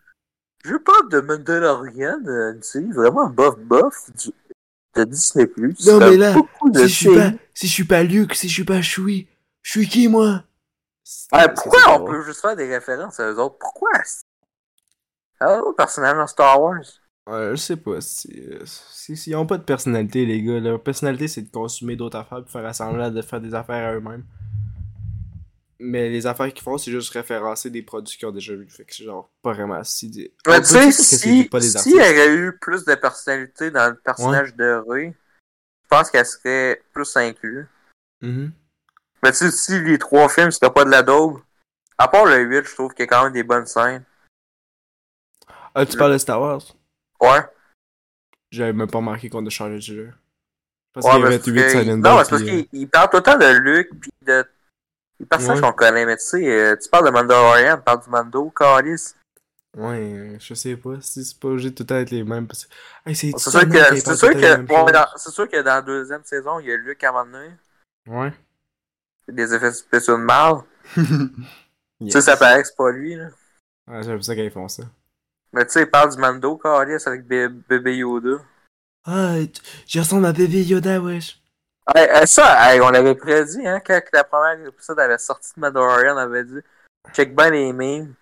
Speaker 3: Je parle de Mandalorian, euh, une série vraiment bof-bof du- de Disney+.
Speaker 2: Non,
Speaker 3: T'as
Speaker 2: mais là,
Speaker 3: beaucoup de
Speaker 2: Si je suis
Speaker 3: séries.
Speaker 2: pas, si je suis pas Luke, si je suis pas Chewie, je suis qui moi
Speaker 3: Ouais, Euh, Ah, pourquoi on peut juste faire des références à eux autres? Pourquoi? Ah, oh, personnage dans Star Wars.
Speaker 2: Ouais, je sais pas. si- euh, si- S'ils ont pas de personnalité, les gars, leur personnalité c'est de consommer d'autres affaires pis faire semblant de faire des affaires à eux-mêmes. Mais les affaires qu'ils font, c'est juste référencer des produits qu'ils ont déjà vus. Fait que c'est genre pas vraiment si. on
Speaker 3: Mais
Speaker 2: peut
Speaker 3: tu sais,
Speaker 2: dire que c'est
Speaker 3: si,
Speaker 2: pas des
Speaker 3: si
Speaker 2: artistes.
Speaker 3: elle avait eu plus de personnalité dans le personnage de Ray, je pense qu'elle serait plus inclue.
Speaker 2: Mhm.
Speaker 3: Mais tu sais, si les trois films c'était pas de la daube, à part le 8, je trouve qu'il y a quand même des bonnes scènes.
Speaker 2: Ah, tu parles de Star Wars
Speaker 3: Ouais.
Speaker 2: J'avais même pas remarqué qu'on a changé de jeu. Parce
Speaker 3: ouais
Speaker 2: qu'il y
Speaker 3: mais
Speaker 2: avait
Speaker 3: c'est
Speaker 2: 8
Speaker 3: parce que-
Speaker 2: Silent
Speaker 3: Non, mais
Speaker 2: Bob,
Speaker 3: c'est parce
Speaker 2: pis, euh,
Speaker 3: qu'il il parle tout le temps de Luke puis de. Les personnages
Speaker 2: Ouais.
Speaker 3: qu'on connaît, mais tu sais, euh, tu parles de Mandalorian, tu parles du Mando, Calis.
Speaker 2: euh, Ouais, je sais pas si c'est pas obligé de tout le temps être les mêmes. Parce... que- Hey, c'est étonnant
Speaker 3: C'est sûr que,
Speaker 2: qu'ils
Speaker 3: c'est
Speaker 2: parlent
Speaker 3: sûr
Speaker 2: tout le temps
Speaker 3: que,
Speaker 2: les mêmes
Speaker 3: ouais, mais
Speaker 2: choses.
Speaker 3: dans- c'est sûr que dans la deuxième saison, il y a Luc à un moment donné,
Speaker 2: Ouais.
Speaker 3: des effets spéciaux de mal.
Speaker 2: Yes.
Speaker 3: Tu sais, ça paraît que c'est pas lui, là.
Speaker 2: Ouais, j'aime ça quand ils font ça.
Speaker 3: Mais tu sais, il parle du Mando, Carlis, avec B- bébé Yoda.
Speaker 2: Ah, je ressemble à bébé Yoda, wesh.
Speaker 3: Hey, hey, ça, hey, on l'avait prédit, hein, quand la première épisode avait sorti de Mandalorian, on avait dit, Check bien les mimes.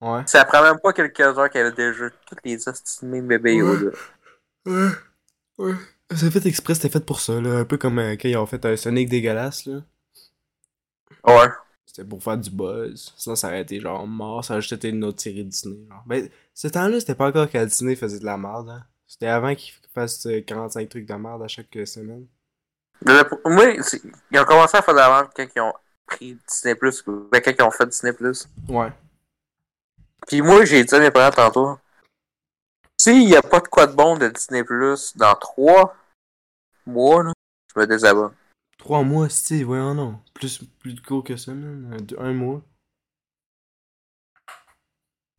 Speaker 2: Ouais.
Speaker 3: Ça prend même pas quelques heures qu'elle a déjà toutes les hosties de mimes bébé Yoda.
Speaker 2: Ouais. Ouais. C'est fait exprès, c'était fait pour ça, là. Un peu comme euh, quand ils ont fait un Sonic dégueulasse, là.
Speaker 3: Ouais.
Speaker 2: C'était pour faire du buzz. Sinon, ça aurait été genre mort, ça aurait juste été une autre série Disney. Genre. Ben, ce temps-là, c'était pas encore quand Disney faisait de la merde. Hein. C'était avant qu'ils fassent euh, 45 trucs de merde à chaque euh, semaine.
Speaker 3: Mais le- Moi, c'est- ils ont commencé à faire de la merde quand ils ont pris Disney Plus, ben, quand ils ont fait Disney Plus.
Speaker 2: Ouais.
Speaker 3: Puis moi, j'ai dit à mes parents tantôt, s'il n'y a pas de quoi de bon de Disney Plus dans trois mois, là, je me désabonne.
Speaker 2: Trois mois, si, voyons, non. Plus, plus court que ça, man. Un, deux- un mois.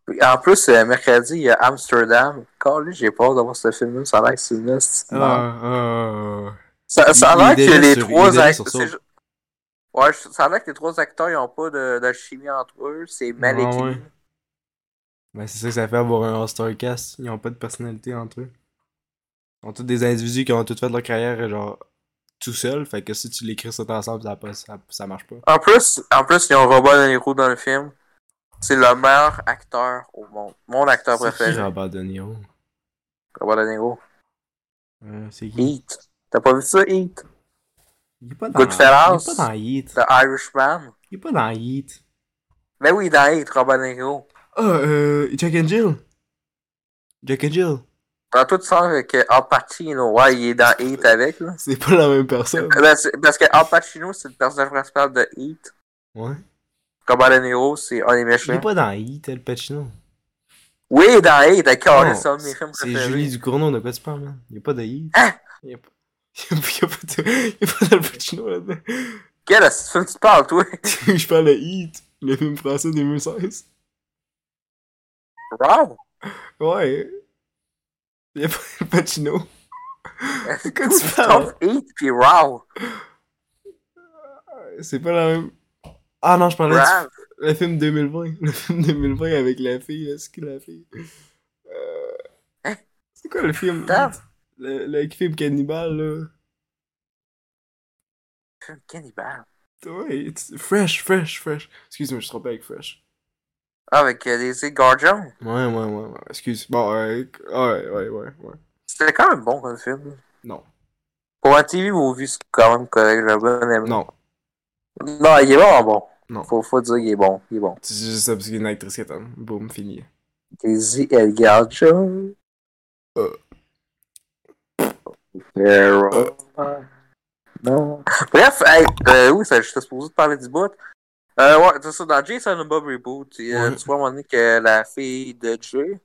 Speaker 3: Puis En plus, euh, mercredi, il y a Amsterdam. Quand lui, j'ai peur de voir ce film-là, ça a l'air que c'est une hostie de merde.
Speaker 2: Ah, ah,
Speaker 3: Ça, ça a
Speaker 2: il- il
Speaker 3: l'air
Speaker 2: est
Speaker 3: que
Speaker 2: déjà
Speaker 3: les
Speaker 2: sur- il est
Speaker 3: trois
Speaker 2: déjà
Speaker 3: acteurs.
Speaker 2: sur ça.
Speaker 3: Ouais, je- ça a l'air que les trois acteurs ils ont pas de, de chimie entre eux, c'est mal
Speaker 2: Ouais,
Speaker 3: écrit.
Speaker 2: Ah, ouais. Ben, c'est ça que ça fait avoir un all cast. Ils ont pas de personnalité entre eux. Ils sont tous des individus qui ont tout fait leur carrière, euh, genre, tout seuls. Fait que si tu l'écris ça ensemble, ça, a pas- ça, ça marche pas.
Speaker 3: En plus, en plus, ils ont Robert De Niro dans le film. C'est le meilleur acteur au monde. Mon acteur
Speaker 2: C'est qui
Speaker 3: préféré,
Speaker 2: Robert De Niro?
Speaker 3: Robert De Niro.
Speaker 2: Euh, c'est qui?
Speaker 3: Heat. T'as pas vu ça, Heat?
Speaker 2: Il est pas dans, il est
Speaker 3: Goodfellas.
Speaker 2: pas dans Heat.
Speaker 3: The Irishman.
Speaker 2: Il est pas dans Heat.
Speaker 3: Ben oui, dans Heat, Robert De Niro.
Speaker 2: Ah, euh, Jack and Jill. Jack and Jill.
Speaker 3: Dans tout sens avec euh, Al Pacino. Ouais, il est dans Heat avec, là.
Speaker 2: C'est pas la même personne.
Speaker 3: Ben, c'est- Parce que Al Pacino, c'est le personnage principal de Heat.
Speaker 2: Ouais.
Speaker 3: Robert De Niro, c'est un
Speaker 2: Il
Speaker 3: des
Speaker 2: est
Speaker 3: méchants.
Speaker 2: pas dans Heat, El Pacino.
Speaker 3: Oui, dans Heat, d'accord,
Speaker 2: Non,
Speaker 3: Oh, c'est un de mes films
Speaker 2: C'est
Speaker 3: préférés.
Speaker 2: Julie Ducournau, de quoi tu parles, man? Il est pas de Heat.
Speaker 3: Hein?
Speaker 2: Il est pas, il y a pas de... Il y a pas d'Al Pacino là-dedans.
Speaker 3: Quel est-ce que tu parles, toi?
Speaker 2: Je parle de Heat, le film français 2016.
Speaker 3: Wow!
Speaker 2: Ouais. Il y a pas El Pacino. De quoi
Speaker 3: Tu
Speaker 2: tu parles?
Speaker 3: trouves Heat puis Wow!
Speaker 2: C'est pas la même... Ah non, je parlais du
Speaker 3: Wow!
Speaker 2: Le film 2020. Le film 2020 avec la fille, là. C'est qui la fille? Euh...
Speaker 3: Hein?
Speaker 2: C'est quoi le film?
Speaker 3: Putain.
Speaker 2: Le, le film cannibale, là.
Speaker 3: Film cannibale.
Speaker 2: Ouais, it's- fresh, fresh, fresh. Excuse-moi, je suis trompé avec fresh.
Speaker 3: Ah, avec euh, Daisy Gordon.
Speaker 2: Ouais, ouais, ouais, ouais. Excuse. Bon, ouais, ouais, ouais, ouais. ouais.
Speaker 3: C'était quand même bon comme film.
Speaker 2: Non,
Speaker 3: Pour un TV movie, c'est quand même correct. J'ai bien aimé.
Speaker 2: non.
Speaker 3: Non, il est vraiment bon.
Speaker 2: Non.
Speaker 3: Faut, faut dire qu'il est bon. Il est bon.
Speaker 2: C'est juste ça parce qu'il y a une actrice qui est en- Boum, fini.
Speaker 3: Daisy Elgarjo.
Speaker 2: Euh.
Speaker 3: Carol. Euh,
Speaker 2: Euh.
Speaker 3: Non. Bref, hey, euh, oui, ça, j'étais supposé te parler du bout. Euh, ouais, c'est ça, dans Jason and Bob Reboot, euh,
Speaker 2: Ouais.
Speaker 3: tu vois à un moment donné que la fille de Jay,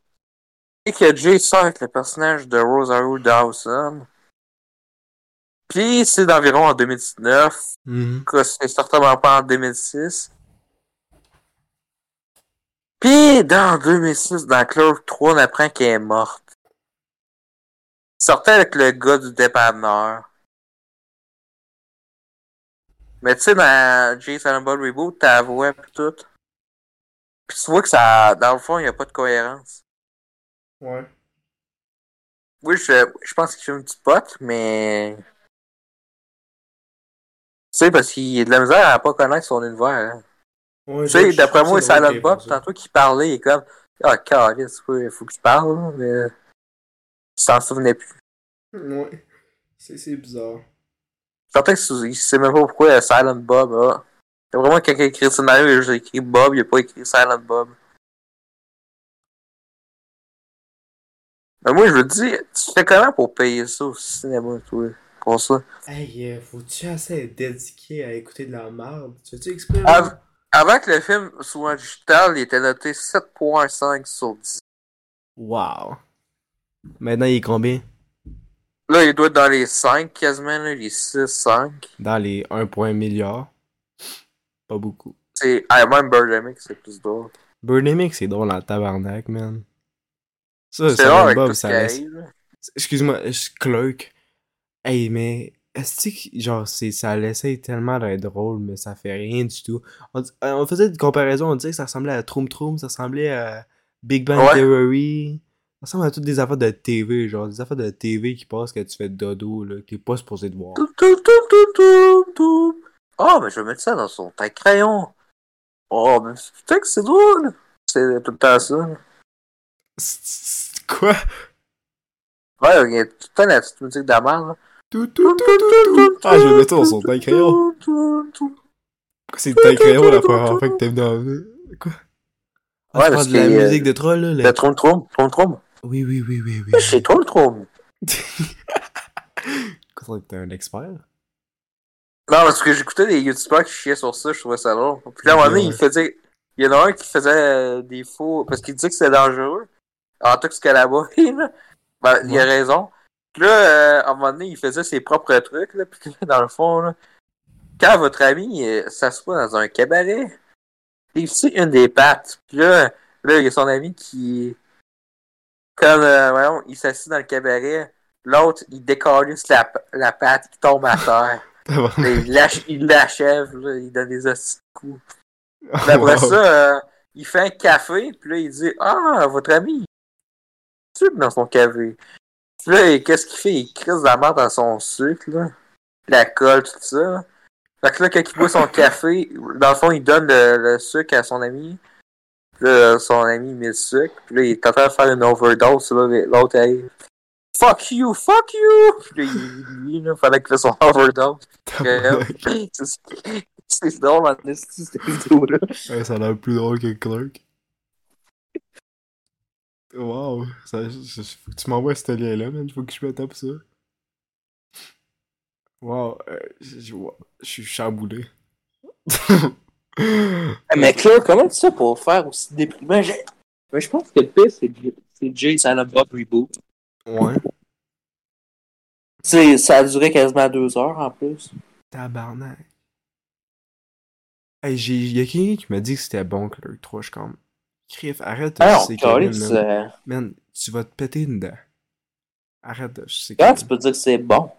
Speaker 3: et que Jay sort avec le personnage de Rosario Dawson. Puis c'est d'environ en 2019,
Speaker 2: Mhm.
Speaker 3: que c'est certainement pas en 2006. Puis, dans 2006, dans Clove 3, on apprend qu'elle est morte. Il sortait avec le gars du dépanneur. Mais tu sais, dans Jay Silent Bob Reboot, t'as avoué pis tout. Pis tu vois que ça, dans le fond, il n'y a pas de cohérence.
Speaker 2: Ouais.
Speaker 3: Oui, je, je pense qu'il fume du pot, mais... Tu sais, parce qu'il a de la misère à pas connaître son univers. hein.
Speaker 2: ouais
Speaker 3: Tu sais,
Speaker 2: je- je
Speaker 3: d'après
Speaker 2: trouve
Speaker 3: moi,
Speaker 2: ça drôle
Speaker 3: Silent
Speaker 2: qu'il y ait
Speaker 3: Bob,
Speaker 2: fait ça.
Speaker 3: tantôt qui parlait, il est comme Ah, calice, il faut que je parle, là, mais. Tu t'en souvenais plus.
Speaker 2: Ouais. C'est c'est bizarre.
Speaker 3: J'entends qu'il sait même pas pourquoi euh, Silent Bob, ah. C'est vraiment quelqu'un qui a écrit le scénario, il a juste écrit Bob, il a pas écrit Silent Bob. Mais moi, je veux dire, tu fais comment pour payer ça au cinéma, toi, pour ça?
Speaker 2: Hey, euh, faut-tu assez être dédié à écouter de la merde? Tu veux-tu expliquer?
Speaker 3: Ah, Avant que le film soit digital, il était noté 7.5 sur 10.
Speaker 2: Wow. Maintenant, il est combien?
Speaker 3: Là, il doit être dans les 5 quasiment, là, les 6, 5.
Speaker 2: Dans les 1 milliard. Pas beaucoup.
Speaker 3: C'est. Ah, même Birdemic, c'est plus drôle.
Speaker 2: Birdemic, c'est drôle en tabarnak, man. Ça,
Speaker 3: C'est
Speaker 2: c'est
Speaker 3: drôle avec
Speaker 2: Bob,
Speaker 3: tout ce
Speaker 2: ça
Speaker 3: qui
Speaker 2: reste.
Speaker 3: arrive. là.
Speaker 2: Excuse-moi, je cloque. Hey, mais. Est-ce que, genre, c'est, ça laissait tellement d'être drôle, mais ça fait rien du tout. On, dis- euh, on faisait des comparaisons, on disait que ça ressemblait à Troom Troom, ça ressemblait à Big Bang
Speaker 3: Ouais.
Speaker 2: Theory. Ça ressemble à toutes des affaires de TV, genre, des affaires de TV qui passent quand tu fais dodo, là, que t'es pas supposé de voir.
Speaker 3: Toum, toum, toum, toum, toum, toum. Oh, mais je vais mettre ça dans son taille crayon. Oh, mais c'est- peut-être que c'est drôle. C'est tout le temps ça.
Speaker 2: Quoi?
Speaker 3: Ouais, il y a tout le temps la petite musique de la merde, là.
Speaker 2: Tout, tout, tout, tout, tout. Ah, je le tourne sur le crayon. Pourquoi c'est le crayon la première fois que t'es venu en... Quoi? Ah,
Speaker 3: Ouais,
Speaker 2: tu
Speaker 3: parce
Speaker 2: parles de la
Speaker 3: qu'il y a-
Speaker 2: musique de troll, là?
Speaker 3: Le
Speaker 2: la-
Speaker 3: trône trône, trône trône.
Speaker 2: Oui, oui, oui, oui, oui.
Speaker 3: C'est toi le trône.
Speaker 2: Quoi, t'es un expert?
Speaker 3: Non, parce que j'écoutais des youtubeurs qui chiaient sur ça, je trouvais ça drôle. Puis là, à un moment donné,
Speaker 2: Ouais.
Speaker 3: il faisait. Il y en a un qui faisait euh, des faux. Parce qu'il disait que c'était dangereux. En tout cas, là-bas, là. Ben, il a raison. Puis là, euh, à un moment donné, il faisait ses propres trucs, là. Puis là, dans le fond, là. Quand votre ami euh, s'assoit dans un cabaret, il tire une des pattes. Puis là, là, il y a son ami qui. Comme, euh, voyons, il s'assit dans le cabaret. L'autre, il décalisse la, la patte, il tombe à terre. Mais il lâche, il l'achève, là, il donne des hosties de coups. Puis après ça, euh, il fait un café, puis là, il dit Ah, votre ami, il sucre dans son café. Puis là, il- qu'est-ce qu'il fait Il crisse de la merde dans son sucre, là. La colle, tout ça. Fait que là, quand il boit son café, dans le fond, il donne le, le sucre à son ami. Puis là, son ami, il met le sucre. Puis là, il est en train de faire une overdose, là, mais l'autre arrive. Fuck you, fuck you! Puis là, il- lui, là, fallait qu'il fasse son overdose.
Speaker 2: Tabarnak.
Speaker 3: C'est- C'est drôle, en esti, cette vidéo-là.
Speaker 2: Ouais, ça a l'air plus drôle que Clerk. Wow, ça, je- je- faut que tu m'envoies ce lien-là, man. Faut que je me tape ça. Wow, euh, je, je- wow, je suis chamboulé.
Speaker 3: Mais Claire, comment tu sais pour faire aussi déprimant? J'ai- Mais je pense que le pire, c'est c'est Jay et Silent Bob Reboot. Tu
Speaker 2: ouais.
Speaker 3: sais, ça a duré quasiment deux heures en plus.
Speaker 2: Tabarnak. Hey, j'ai- y a quelqu'un qui m'a dit que c'était bon Clerk 3, je suis comme. Criff, arrête de
Speaker 3: Ah non,
Speaker 2: sucer
Speaker 3: Carlis,
Speaker 2: Kevin, man.
Speaker 3: euh,
Speaker 2: Man, tu vas te péter une dent. Arrête de sucer
Speaker 3: comment
Speaker 2: Kevin.
Speaker 3: tu peux dire que c'est bon?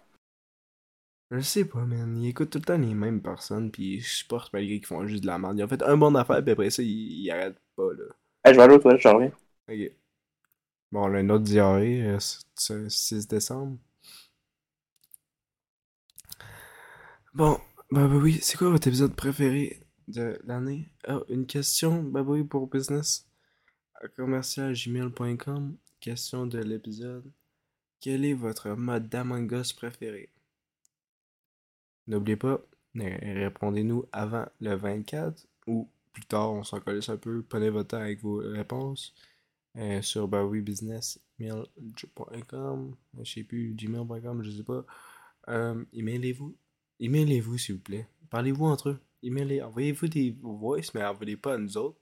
Speaker 2: Je sais pas, man. Ils écoutent tout le temps les mêmes personnes, puis ils supportent malgré qu'ils font juste de la merde. Ils ont fait un bon affaire, puis après ça, ils, ils arrêtent pas, là.
Speaker 3: Eh, je vais aller aux toilettes, je reviens.
Speaker 2: Ok. Bon, là, une autre diarrhée, euh, c- ce 6 décembre. Bon, bah, bah oui, c'est quoi votre épisode préféré de l'année? Ah, une question, bah oui, pour business. Commercial gmail.com. Question de l'épisode. Quel est votre mode d'Among Us préféré? N'oubliez pas, euh, répondez-nous avant le 24 ou plus tard, on s'en collisse un peu. Prenez votre temps avec vos réponses euh, sur bah oui, business, mail.com, je sais Euh, plus, gmail.com, je sais pas. Euh, emailez-vous. Emailez-vous, s'il vous plaît. Parlez-vous entre eux. Emailez, envoyez-vous des voices, mais envoyez pas à nous autres.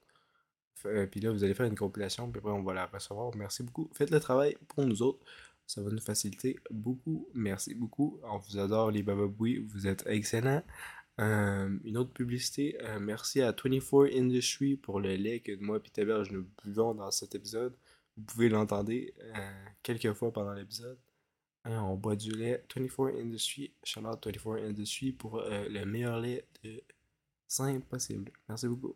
Speaker 2: F- euh, puis là, vous allez faire une compilation, puis après, on va la recevoir. Merci beaucoup. Faites le travail pour nous autres. Ça va nous faciliter beaucoup. Merci beaucoup. On vous adore, les bababouis. Vous êtes excellents. Euh, une autre publicité, euh, merci à 24 Industry pour le lait que moi et Taberge nous buvons dans cet épisode. Vous pouvez l'entendre euh, quelques fois pendant l'épisode. Hein, on boit du lait 24 Industry, shout out 24 Industry pour euh, le meilleur lait de simple possible. Merci beaucoup.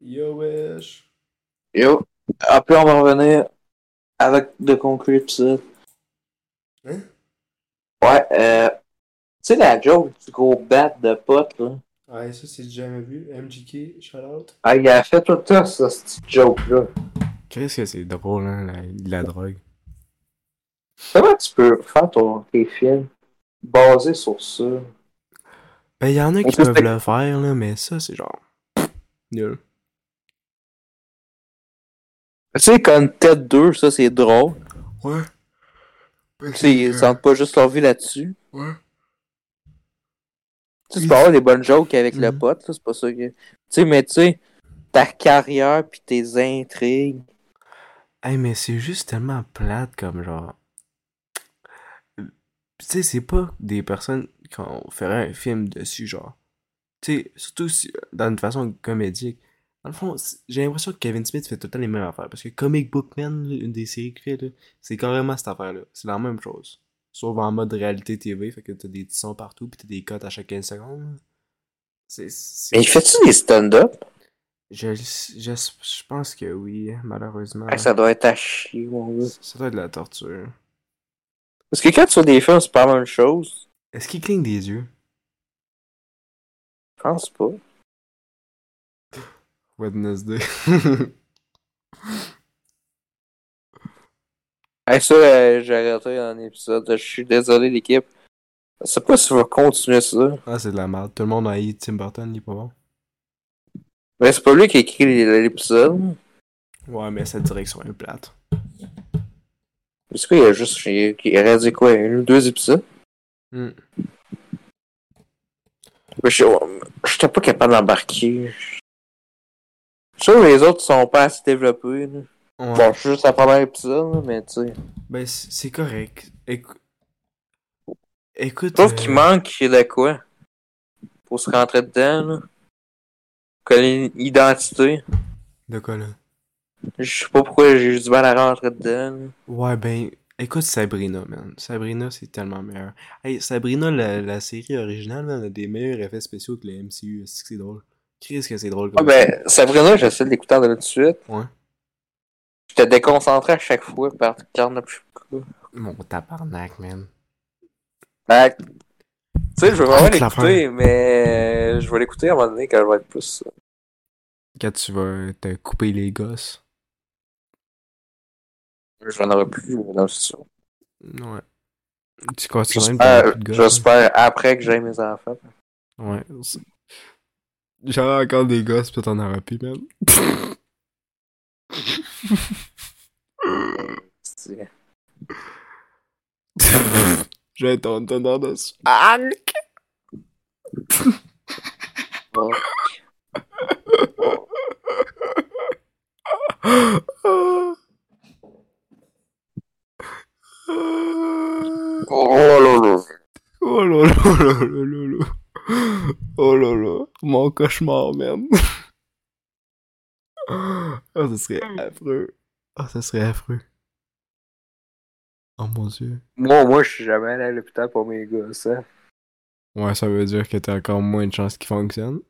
Speaker 2: Yo wesh!
Speaker 3: Yo. Après, on va revenir avec de conclure l'épisode.
Speaker 2: Hein?
Speaker 3: Ouais, euh. Tu sais, la joke du gros bat de pote, là.
Speaker 2: Ouais, ça c'est jamais vu. MJK, shout out.
Speaker 3: Ah, il a fait tout le temps, ça, cette joke-là.
Speaker 2: Qu'est-ce que c'est drôle, hein, la, la drogue?
Speaker 3: Comment tu peux faire ton, tes films basés sur ça?
Speaker 2: Ben, y'en a qui
Speaker 3: peut se
Speaker 2: peuvent
Speaker 3: faire-
Speaker 2: le faire, là, mais ça c'est genre. Nul.
Speaker 3: Tu sais, comme Ted 2, ça c'est drôle.
Speaker 2: Ouais.
Speaker 3: Tu sais, ils sentent pas juste leur vie là-dessus.
Speaker 2: Ouais.
Speaker 3: Tu sais, tu peux avoir des bonnes jokes avec le
Speaker 2: Mhm.
Speaker 3: pote, là, c'est pas ça que. Tu sais, mais tu sais, ta carrière puis tes intrigues.
Speaker 2: Hey, mais c'est juste tellement plate comme genre. Puis, euh, tu sais, c'est pas des personnes qu'on ferait un film dessus, genre. Tu sais, surtout si- dans une façon comédique. Dans le fond, c'est- j'ai l'impression que Kevin Smith fait tout le temps les mêmes affaires. Parce que Comic Book Man, une des séries qu'il fait, là, c'est carrément cette affaire-là. C'est la même chose. Sauf en mode réalité TV, fait que t'as des petits sons partout, puis t'as des cotes à chaque 15 secondes. C'est. c'est-
Speaker 3: Mais il fait-tu des stand-up?
Speaker 2: Je, je, je pense que oui, malheureusement.
Speaker 3: Ah, ça doit être à chier, mon gars.
Speaker 2: Ça doit être de la torture.
Speaker 3: Parce que quand tu vois des films, c'est pas la même chose.
Speaker 2: Est-ce qu'il cligne des yeux?
Speaker 3: Je pense pas.
Speaker 2: Wednesday.
Speaker 3: Hey, ça, euh, j'ai arrêté un épisode. Je suis désolé, l'équipe. Je sais pas si on va continuer ça.
Speaker 2: ah, c'est de la merde. Tout le monde a eu Tim Burton, il est pas bon.
Speaker 3: Mais c'est pas lui qui a écrit l'é- l'épisode.
Speaker 2: Ouais, mais sa direction est plate.
Speaker 3: Parce qu'il y a juste. Il il a réalisé quoi Un ou deux épisodes
Speaker 2: Hmm.
Speaker 3: Mais je- J'étais pas capable d'embarquer. Je suis sûr que les autres sont pas assez développés. là.
Speaker 2: Ouais.
Speaker 3: Bon, je suis juste à la première épisode, là, mais tu sais.
Speaker 2: Ben, c- c'est correct. Écou- Écoute.
Speaker 3: Je trouve
Speaker 2: euh,
Speaker 3: qu'il manque de quoi pour se rentrer dedans. Là. Comme une identité.
Speaker 2: De quoi, là?
Speaker 3: Je sais pas pourquoi j'ai eu du mal à rentrer dedans. là.
Speaker 2: Ouais, ben, écoute Sabrina, man. Sabrina, c'est tellement meilleur. Hey, Sabrina, la, la série originale, man, a des meilleurs effets spéciaux que le MCU. Est-ce que c'est drôle? Chris, que c'est drôle
Speaker 3: Ah
Speaker 2: comme
Speaker 3: ben, Sabrina, j'essaie de l'écouter en tout de suite.
Speaker 2: Ouais.
Speaker 3: J'étais déconcentré à chaque fois par Karnapchukwu.
Speaker 2: Mon tabarnak, man.
Speaker 3: Ben, tu sais, je vais vraiment
Speaker 2: Avec
Speaker 3: l'écouter, mais je vais l'écouter à un moment donné quand je vais être plus.
Speaker 2: Quand tu vas te couper les gosses.
Speaker 3: euh, Je n'en aurai plus dans le futur.
Speaker 2: Ouais. Tu continues même
Speaker 3: J'espère
Speaker 2: plus de gosses.
Speaker 3: j'espère après que j'ai mes enfants.
Speaker 2: hein. Ouais. C'est- J'aurais encore des gosses, puis t'en auras plus, man.
Speaker 3: C'est-
Speaker 2: J'ai ton teneur dessus. Ah!
Speaker 3: Bon. Oh là là.
Speaker 2: Oh là là, oh là là là là. Oh là là, mon cauchemar, man. Ah, ça serait affreux. Ah, ça serait affreux. Oh mon dieu.
Speaker 3: Moi, moi, je suis jamais allé à l'hôpital pour mes gosses. hein.
Speaker 2: Ouais, ça veut dire que t'as encore moins de chances qu'il fonctionne.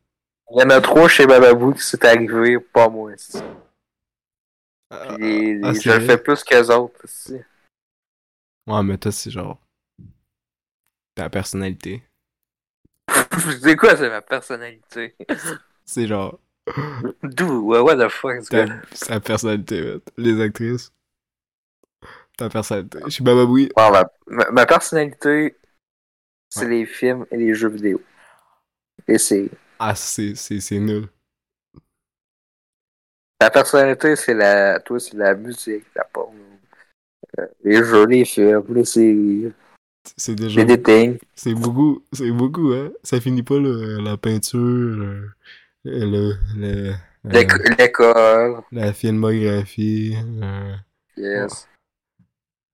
Speaker 3: Il y en a trois chez Bababou qui s'est arrivé, pas moi. c'est- Puis,
Speaker 2: ah,
Speaker 3: je
Speaker 2: c'est
Speaker 3: le
Speaker 2: vrai?
Speaker 3: fais plus qu'eux autres. aussi.
Speaker 2: Ouais, mais toi, c'est genre. Ta personnalité.
Speaker 3: C'est quoi, c'est ma personnalité?
Speaker 2: C'est genre.
Speaker 3: D'où? Ouais, what the fuck, ce
Speaker 2: Ta,
Speaker 3: gars?
Speaker 2: sa personnalité, man. Les actrices. Ta personnalité. Je suis Bababoui.
Speaker 3: Bon, ma, ma- ma personnalité, c'est les films et les jeux vidéo. Et c'est.
Speaker 2: Ah, c'est c'est- c'est nul.
Speaker 3: Ta personnalité, c'est la. Toi, c'est la musique, la porno. euh, les jeux, les films, les séries,
Speaker 2: C'est déjà.
Speaker 3: les dating.
Speaker 2: C'est beaucoup, c'est beaucoup, hein. Ça finit pas, là, la peinture, le, le, le- euh,
Speaker 3: l'éc- l'école.
Speaker 2: la filmographie, euh,
Speaker 3: Yes.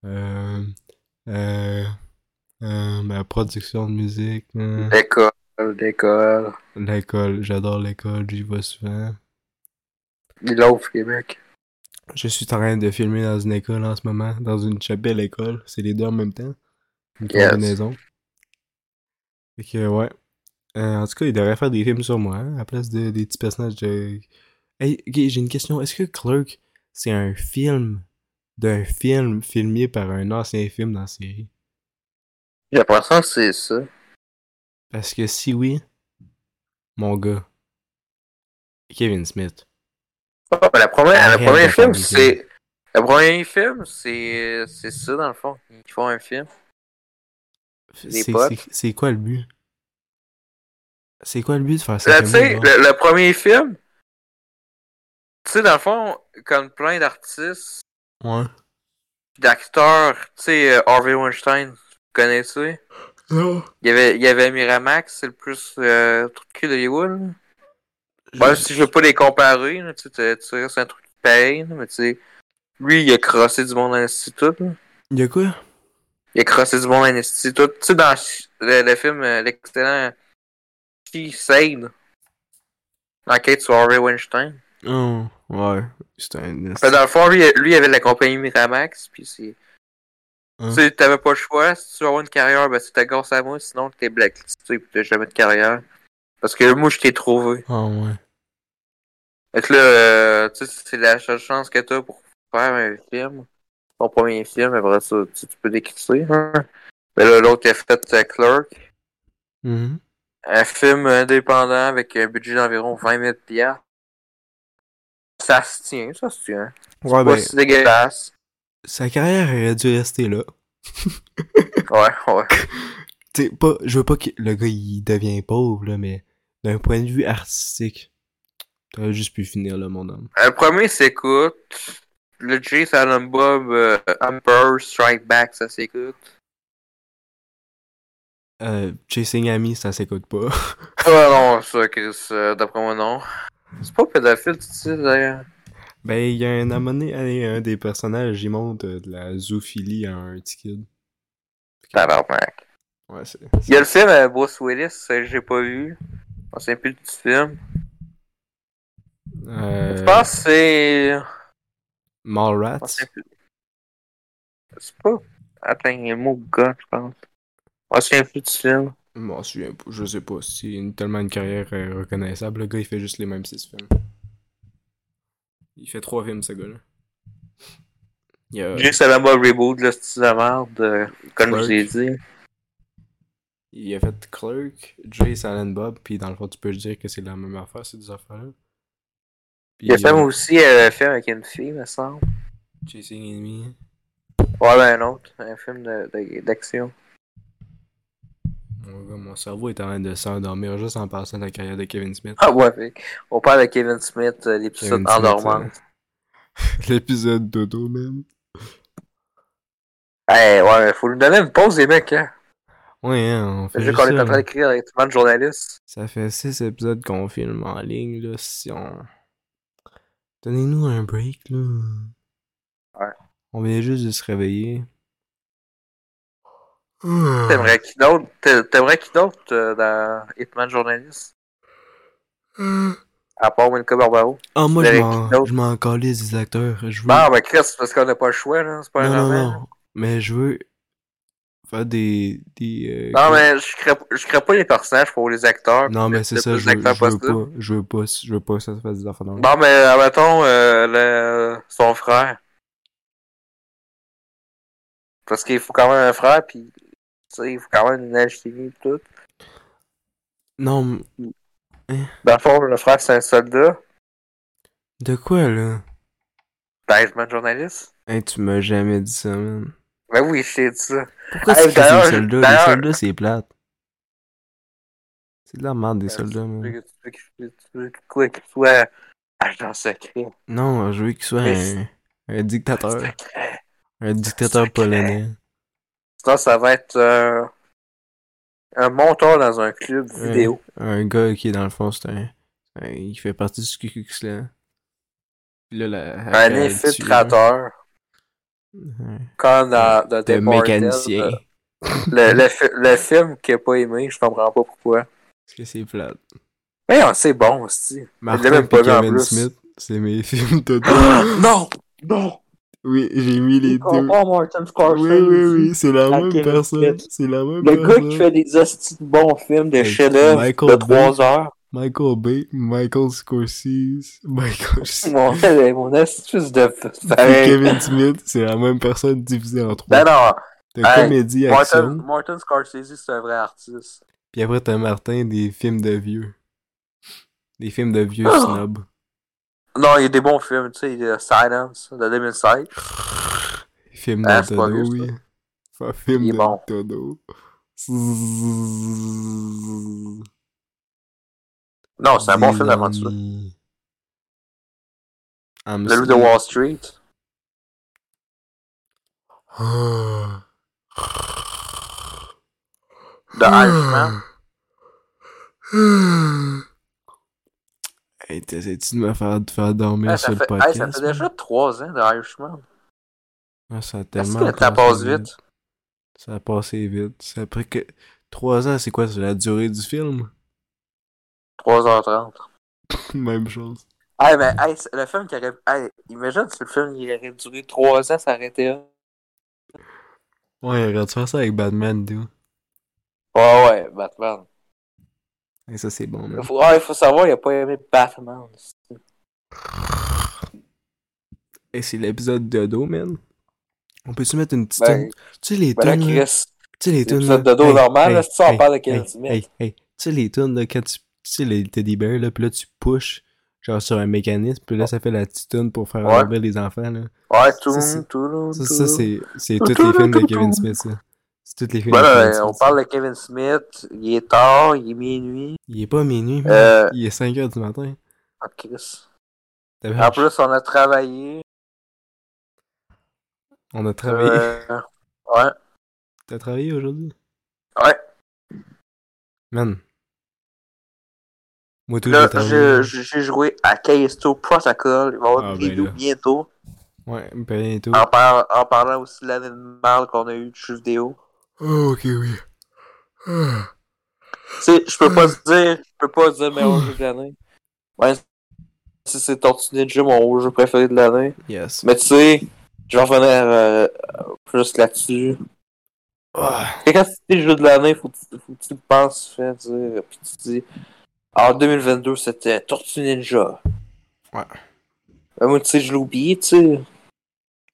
Speaker 2: euh, euh, euh, la production de musique, hein.
Speaker 3: L'école, l'école.
Speaker 2: l'école. J'adore l'école, j'y vais souvent.
Speaker 3: L'autre Québec.
Speaker 2: Je suis en train de filmer dans une école en ce moment, dans une chapelle école. C'est les deux en même temps. Une
Speaker 3: Yes.
Speaker 2: combinaison. Fait que, ouais. Euh, en tout cas, il devrait faire des films sur moi, hein, à la place de, des petits personnages de. Hey, ok, j'ai une question. Est-ce que Clerk, c'est un film d'un film filmé par un ancien film dans la série
Speaker 3: J'ai l'impression que c'est ça.
Speaker 2: Parce que si oui, mon gars, Kevin Smith.
Speaker 3: Ah, ben, la première,
Speaker 2: Ah,
Speaker 3: le premier
Speaker 2: rien
Speaker 3: film,
Speaker 2: de
Speaker 3: c'est. Le premier film, c'est. C'est ça, dans le fond. Ils font un film. Des
Speaker 2: C'est-
Speaker 3: potes.
Speaker 2: c'est- C'est quoi le but C'est quoi le but de faire ça
Speaker 3: Là, Ben, tu sais, le, le premier film, tu sais, dans le fond, comme plein d'artistes,
Speaker 2: Ouais.
Speaker 3: d'acteurs, tu sais, euh, Harvey Weinstein, vous connaissez? Il y avait, il y avait Miramax, c'est le plus euh, truc de cul d'Hollywood. là. Bon, si je veux pas les comparer, là, tu sais, tu sais, c'est un truc pareil, là, mais tu sais, lui, il a crossé du monde dans l'institut, là.
Speaker 2: Il y a quoi?
Speaker 3: Il a crossé du bon NST. Tout, tu sais, dans le, le film, euh, l'excellent She Said, l'enquête sur Harvey Weinstein.
Speaker 2: Oh, ouais. C'est un.
Speaker 3: Fait, dans le fond, lui, lui, il avait la compagnie Miramax, puis c'est.
Speaker 2: Hein.
Speaker 3: Tu sais, t'avais pas le choix. Si tu veux avoir une carrière, ben c'était grâce à moi, sinon t'es blacklisté pis t'as jamais de carrière. Parce que moi, je t'ai trouvé.
Speaker 2: Ah, ouais.
Speaker 3: Fait que là, euh, tu sais, c'est la seule chance que t'as pour faire un film. Ton premier film, après ça, tu, tu peux décrisser. hein. Mais là, l'autre, il a fait euh, Clerk.
Speaker 2: Mhm.
Speaker 3: Un film indépendant avec un budget d'environ 20 000 piastres. Ça se tient, ça se tient.
Speaker 2: Ouais,
Speaker 3: Pas
Speaker 2: ben,
Speaker 3: si dégueulasse.
Speaker 2: sa carrière aurait dû rester là.
Speaker 3: Ouais, ouais.
Speaker 2: T'sais, pas, je veux pas que le gars il devient pauvre, là, mais d'un point de vue artistique, t'aurais juste pu finir là, mon homme.
Speaker 3: Le premier s'écoute. Le J, c'est Alan Bob, euh, Emperor Strike Back, ça s'écoute.
Speaker 2: Euh, Chasing Amy, ça s'écoute pas.
Speaker 3: Ah non, ça, Chris, euh, d'après moi, non. C'est pas pédophile, tu sais, d'ailleurs.
Speaker 2: ben, il y a un, à un moment donné, un, des personnages, il monte euh, de la zoophilie à un petit kid.
Speaker 3: Tabarnak.
Speaker 2: Ouais, c'est.
Speaker 3: Il y a le film euh, Bruce Willis, ça, j'ai pas vu. On sait plus du film.
Speaker 2: Euh,
Speaker 3: Je pense que c'est.
Speaker 2: Mallrats.
Speaker 3: On sait plus. C'est pas. Attends, il y a un mot gars, je pense. On sait plus du film.
Speaker 2: Je m'en souviens pas, je sais pas. C'est une- tellement une carrière euh, reconnaissable. Le gars, il fait juste les mêmes six films. Il fait trois films, ce gars-là. Il y a-
Speaker 3: Juste à la mode reboot, le style de merde, euh, comme je
Speaker 2: Clerk.
Speaker 3: l'ai dit.
Speaker 2: Il a fait Clerk, Jay, Silent Bob, puis dans le fond, tu peux dire que c'est la même affaire, ces deux affaires-là. Puis
Speaker 3: Il y a même aussi euh, le film avec une fille, me semble.
Speaker 2: Chasing Amy.
Speaker 3: Ouais, ben un autre, un film de- de- d'action.
Speaker 2: Mon gars, mon cerveau est en train de s'endormir juste en passant la carrière de Kevin Smith.
Speaker 3: Ah ouais, fait que on parle de Kevin Smith, euh, l'épisode
Speaker 2: Kevin Smith,
Speaker 3: Endormant.
Speaker 2: L'épisode Dodo, même.
Speaker 3: Eh ouais, faut lui donner une pause, les mecs, hein.
Speaker 2: Ouais, hein, on fait
Speaker 3: Le jeu
Speaker 2: juste
Speaker 3: qu'on est
Speaker 2: ça,
Speaker 3: en train
Speaker 2: là.
Speaker 3: d'écrire avec tout le monde journaliste.
Speaker 2: Ça fait 6 épisodes qu'on filme en ligne, là, si on... Donnez-nous un break, là.
Speaker 3: Ouais.
Speaker 2: On vient juste de se réveiller. Ah.
Speaker 3: T'aimerais qui d'autre t'a- T'aimerais qui d'autre euh, dans Hitman Journaliste À part Winco Barbaro.
Speaker 2: Ah, moi, je
Speaker 3: Derek
Speaker 2: m'en-
Speaker 3: Kiddo.
Speaker 2: je m'en calisse des acteurs. Je veux...
Speaker 3: Bah, ben Chris, parce qu'on n'a pas le choix, là. C'est pas
Speaker 2: Mm. non,
Speaker 3: un
Speaker 2: non,
Speaker 3: roman.
Speaker 2: non. Mais je veux faire des... des euh,
Speaker 3: Non, mais je crée, je crée pas les personnages pour les acteurs.
Speaker 2: Non, mais
Speaker 3: Le
Speaker 2: c'est
Speaker 3: plus
Speaker 2: ça, je veux,
Speaker 3: d'acteurs
Speaker 2: je veux
Speaker 3: possible.
Speaker 2: pas... Je veux pas... Je veux pas que ça se fasse des enfants dans le-
Speaker 3: Bon, mais euh, mettons euh, le... son frère. Parce qu'il faut quand même un frère, puis tu sais, il faut quand même une alchimie et tout.
Speaker 2: Non, mais
Speaker 3: Dans le fond, le frère, c'est un soldat.
Speaker 2: de quoi, là?
Speaker 3: Ben, je mets journaliste.
Speaker 2: Hein, tu m'as jamais dit ça, man.
Speaker 3: Ben oui, je t'ai dit ça.
Speaker 2: Pourquoi
Speaker 3: Hey,
Speaker 2: c'est que c'est
Speaker 3: d'ailleurs,
Speaker 2: les soldats?
Speaker 3: d'ailleurs-
Speaker 2: Les soldats, c'est plate. C'est de la
Speaker 3: Euh,
Speaker 2: merde, des soldats,
Speaker 3: Tu veux
Speaker 2: man.
Speaker 3: que- tu veux que- tu veux- tu veux que quoi qu'il soit agent secret.
Speaker 2: Non, je veux qu'il soit
Speaker 3: Mais
Speaker 2: un, un dictateur.
Speaker 3: Secret.
Speaker 2: Un dictateur
Speaker 3: secret.
Speaker 2: polonais.
Speaker 3: Sinon, ça va être euh, un monteur dans un club vidéo.
Speaker 2: Un gars qui, dans le fond, c'est un, un- Il fait partie du QQXLan. Puis là, la...
Speaker 3: Un
Speaker 2: après, elle tue,
Speaker 3: infiltrateur.
Speaker 2: hein.
Speaker 3: Comme dans, dans
Speaker 2: De
Speaker 3: Departed,
Speaker 2: mécanicien.
Speaker 3: euh, le, le, fi- le film qu'il a pas aimé, je comprends pas pourquoi.
Speaker 2: Parce que c'est plate.
Speaker 3: Mais on Eh, ah, c'est bon aussi.
Speaker 2: Martin
Speaker 3: même
Speaker 2: et
Speaker 3: pas vu en
Speaker 2: Kevin
Speaker 3: plus.
Speaker 2: Smith, c'est mes films de
Speaker 3: non! Non!
Speaker 2: Oui, j'ai mis les deux.
Speaker 3: Martin
Speaker 2: Oui, oui, oui, c'est la
Speaker 3: à
Speaker 2: même
Speaker 3: Ah, Kevin
Speaker 2: personne.
Speaker 3: Smith.
Speaker 2: C'est la même
Speaker 3: Le
Speaker 2: personne.
Speaker 3: gars qui fait des hosties de bons films de
Speaker 2: Hey,
Speaker 3: chef-d'œuvre
Speaker 2: Michael
Speaker 3: de
Speaker 2: Bay.
Speaker 3: 3 heures.
Speaker 2: Michael Bay, Michael Scorsese, Michael Smith,
Speaker 3: Mon, mon astuce de.
Speaker 2: et
Speaker 3: Hey.
Speaker 2: Kevin Smith, c'est la même personne divisée en trois.
Speaker 3: Ben non,
Speaker 2: T'as
Speaker 3: hey,
Speaker 2: comédie,
Speaker 3: Martin,
Speaker 2: action,
Speaker 3: Martin Scorsese, c'est un vrai artiste.
Speaker 2: puis après t'as Martin, des films de vieux. Des films de vieux
Speaker 3: Ah.
Speaker 2: snob.
Speaker 3: Non, il y a des bons films, tu sais, il y a Silence de 2005.
Speaker 2: Des films
Speaker 3: Ah,
Speaker 2: de
Speaker 3: c'est pas
Speaker 2: dodo,
Speaker 3: vieux, ça.
Speaker 2: oui. Enfin, film
Speaker 3: Il est
Speaker 2: de
Speaker 3: bon.
Speaker 2: dodo.
Speaker 3: Non, Oh, c'est un bon film d'aventure.
Speaker 2: Zélanie.
Speaker 3: Le loup de Wall Street.
Speaker 2: Ah. Hmm.
Speaker 3: The
Speaker 2: Ah,
Speaker 3: Irishman.
Speaker 2: Hey, t'essaies-tu de me faire, de faire dormir
Speaker 3: Hey,
Speaker 2: sur
Speaker 3: ça,
Speaker 2: le
Speaker 3: fait, hey,
Speaker 2: podcast?
Speaker 3: ça fait
Speaker 2: man?
Speaker 3: déjà 3 ans, The Irishman.
Speaker 2: Ah, ça a
Speaker 3: Est-ce
Speaker 2: tellement
Speaker 3: que le temps
Speaker 2: passé
Speaker 3: passe vite?
Speaker 2: Ça a passé vite. C'est après que. 3 ans, c'est quoi C'est la durée du film
Speaker 3: 3h30.
Speaker 2: Même chose.
Speaker 3: Ah, mais hey, c'est- le film qui aurait. Hey, imagine si le film il aurait duré 3 ans, ça arrêtait là.
Speaker 2: Ouais, regarde, tu faire ça avec Batman, dude.
Speaker 3: Ouais, ouais, Batman.
Speaker 2: Et ça, c'est bon, man.
Speaker 3: Il faut, ah, il faut savoir, il a pas aimé Batman.
Speaker 2: Et c'est l'épisode de Do, man. On peut-tu mettre une petite. tonne?
Speaker 3: Ben,
Speaker 2: Tu sais, les
Speaker 3: Ben là,
Speaker 2: tonnes. là,
Speaker 3: Chris,
Speaker 2: Tu sais, les tonnes.
Speaker 3: l'épisode de Do normal, là, si tu en parles de 15 minutes.
Speaker 2: Hey, hey, tu sais, les tonnes, là, quand tu. Tu sais, les teddy bears, là, puis là, tu pushes, genre, sur un mécanisme, puis là, ça fait la petite tonne pour faire
Speaker 3: Ouais.
Speaker 2: enlever les enfants, là.
Speaker 3: ouais,
Speaker 2: Ça,
Speaker 3: tout,
Speaker 2: c'est-
Speaker 3: tout,
Speaker 2: Ça, ça c'est c'est tous les films de Kevin Smith, ça. C'est tous les films de Kevin
Speaker 3: Voilà,
Speaker 2: Smith.
Speaker 3: on parle de Kevin Smith, il est tard, il est minuit.
Speaker 2: Il est pas minuit, man.
Speaker 3: Euh.
Speaker 2: Il est 5 heures du matin.
Speaker 3: Ah, Chris.
Speaker 2: T'as
Speaker 3: En
Speaker 2: vu?
Speaker 3: plus, on a travaillé.
Speaker 2: On a travaillé.
Speaker 3: euh, ouais.
Speaker 2: T'as travaillé aujourd'hui?
Speaker 3: Ouais.
Speaker 2: Man. Moi, tout,
Speaker 3: Là,
Speaker 2: j'ai
Speaker 3: j'ai
Speaker 2: travaillé.
Speaker 3: j'ai joué à Callisto Protocol. Il va y avoir
Speaker 2: Ah,
Speaker 3: une
Speaker 2: ben
Speaker 3: review
Speaker 2: là.
Speaker 3: bientôt.
Speaker 2: Ouais, ben, et tout.
Speaker 3: En, par- en parlant aussi de l'année de mal qu'on a eu de jeux vidéo.
Speaker 2: Oh, ok, oui. Ah.
Speaker 3: Tu sais, je peux pas te dire, je peux pas te dire meilleur jeu de l'année. Ouais, si c'est Tortue Ninja, mon jeu préféré de l'année.
Speaker 2: Yes.
Speaker 3: Mais tu sais, je vais revenir euh, plus là-dessus.
Speaker 2: Ah.
Speaker 3: Et quand tu dis jeu de l'année, faut, que tu- faut que tu penses, tu fais dire, puis tu dis. Ah, En 2022, c'était Tortue Ninja.
Speaker 2: Ouais.
Speaker 3: Ben, moi, tu sais, je l'ai oublié, tu sais.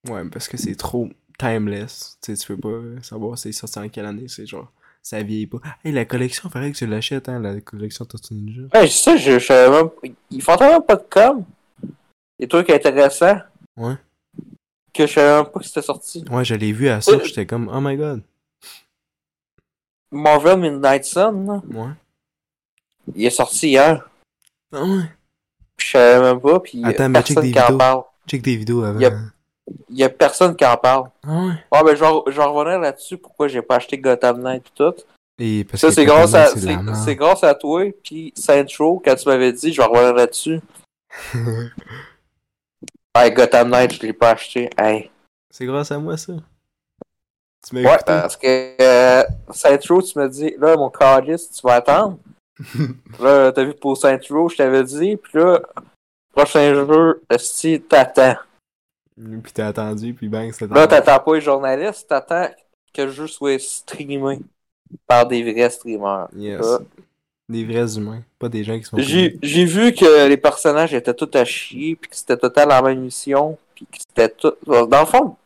Speaker 2: Ouais, parce que c'est trop timeless. Tu sais, tu peux pas savoir c'est sorti en quelle année. C'est genre, ça vieillit pas. Hey, la collection, faudrait que tu l'achètes, hein, la collection Tortue Ninja.
Speaker 3: Ouais, c'est ça, Ben, je, je savais même. Ils font tellement pas de com. Des trucs intéressants.
Speaker 2: Ouais.
Speaker 3: Que je savais même pas que c'était sorti.
Speaker 2: Ouais, je l'ai vu à ça,
Speaker 3: Euh.
Speaker 2: j'étais comme, oh my god.
Speaker 3: Marvel Midnight Sun, là,
Speaker 2: Ouais.
Speaker 3: il est sorti hier.
Speaker 2: Ah ouais.
Speaker 3: Puis je savais même pas, puis il y a
Speaker 2: Attends, mais check
Speaker 3: personne
Speaker 2: des
Speaker 3: qui en
Speaker 2: vidéos.
Speaker 3: parle.
Speaker 2: Check des vidéos avant.
Speaker 3: Yep. Il y a personne qui en parle.
Speaker 2: Ah ouais.
Speaker 3: Ah, ben, je vais, je vais revenir là-dessus, pourquoi j'ai pas acheté Gotham Knight et tout.
Speaker 2: Et parce
Speaker 3: Ça,
Speaker 2: que
Speaker 3: c'est
Speaker 2: Gotham
Speaker 3: grâce, à,
Speaker 2: Knight, c'est de la
Speaker 3: c'est-
Speaker 2: merde.
Speaker 3: c'est grâce à toi, puis Sancho, quand tu m'avais dit, je vais revenir là-dessus. Hey, Gotham Knight, je l'ai pas acheté. Hey.
Speaker 2: C'est grâce à moi, ça. Tu m'as
Speaker 3: Ouais,
Speaker 2: écouté?
Speaker 3: parce que euh, Saint-Row, tu me dis, là, mon calice, tu vas attendre. là, t'as vu pour Saint-Row, je t'avais dit, puis là, prochain jeu, si t'attends.
Speaker 2: Puis t'as attendu, puis bang, c'est
Speaker 3: euh. Là, t'attends pas les journalistes, t'attends que le jeu soit streamé par des vrais streamers.
Speaker 2: Yes.
Speaker 3: Ah.
Speaker 2: Des vrais humains, pas des gens qui sont.
Speaker 3: J'ai j'ai vu que les personnages étaient tous à chier, puis que c'était total la même mission, puis que c'était tout. Dans le fond,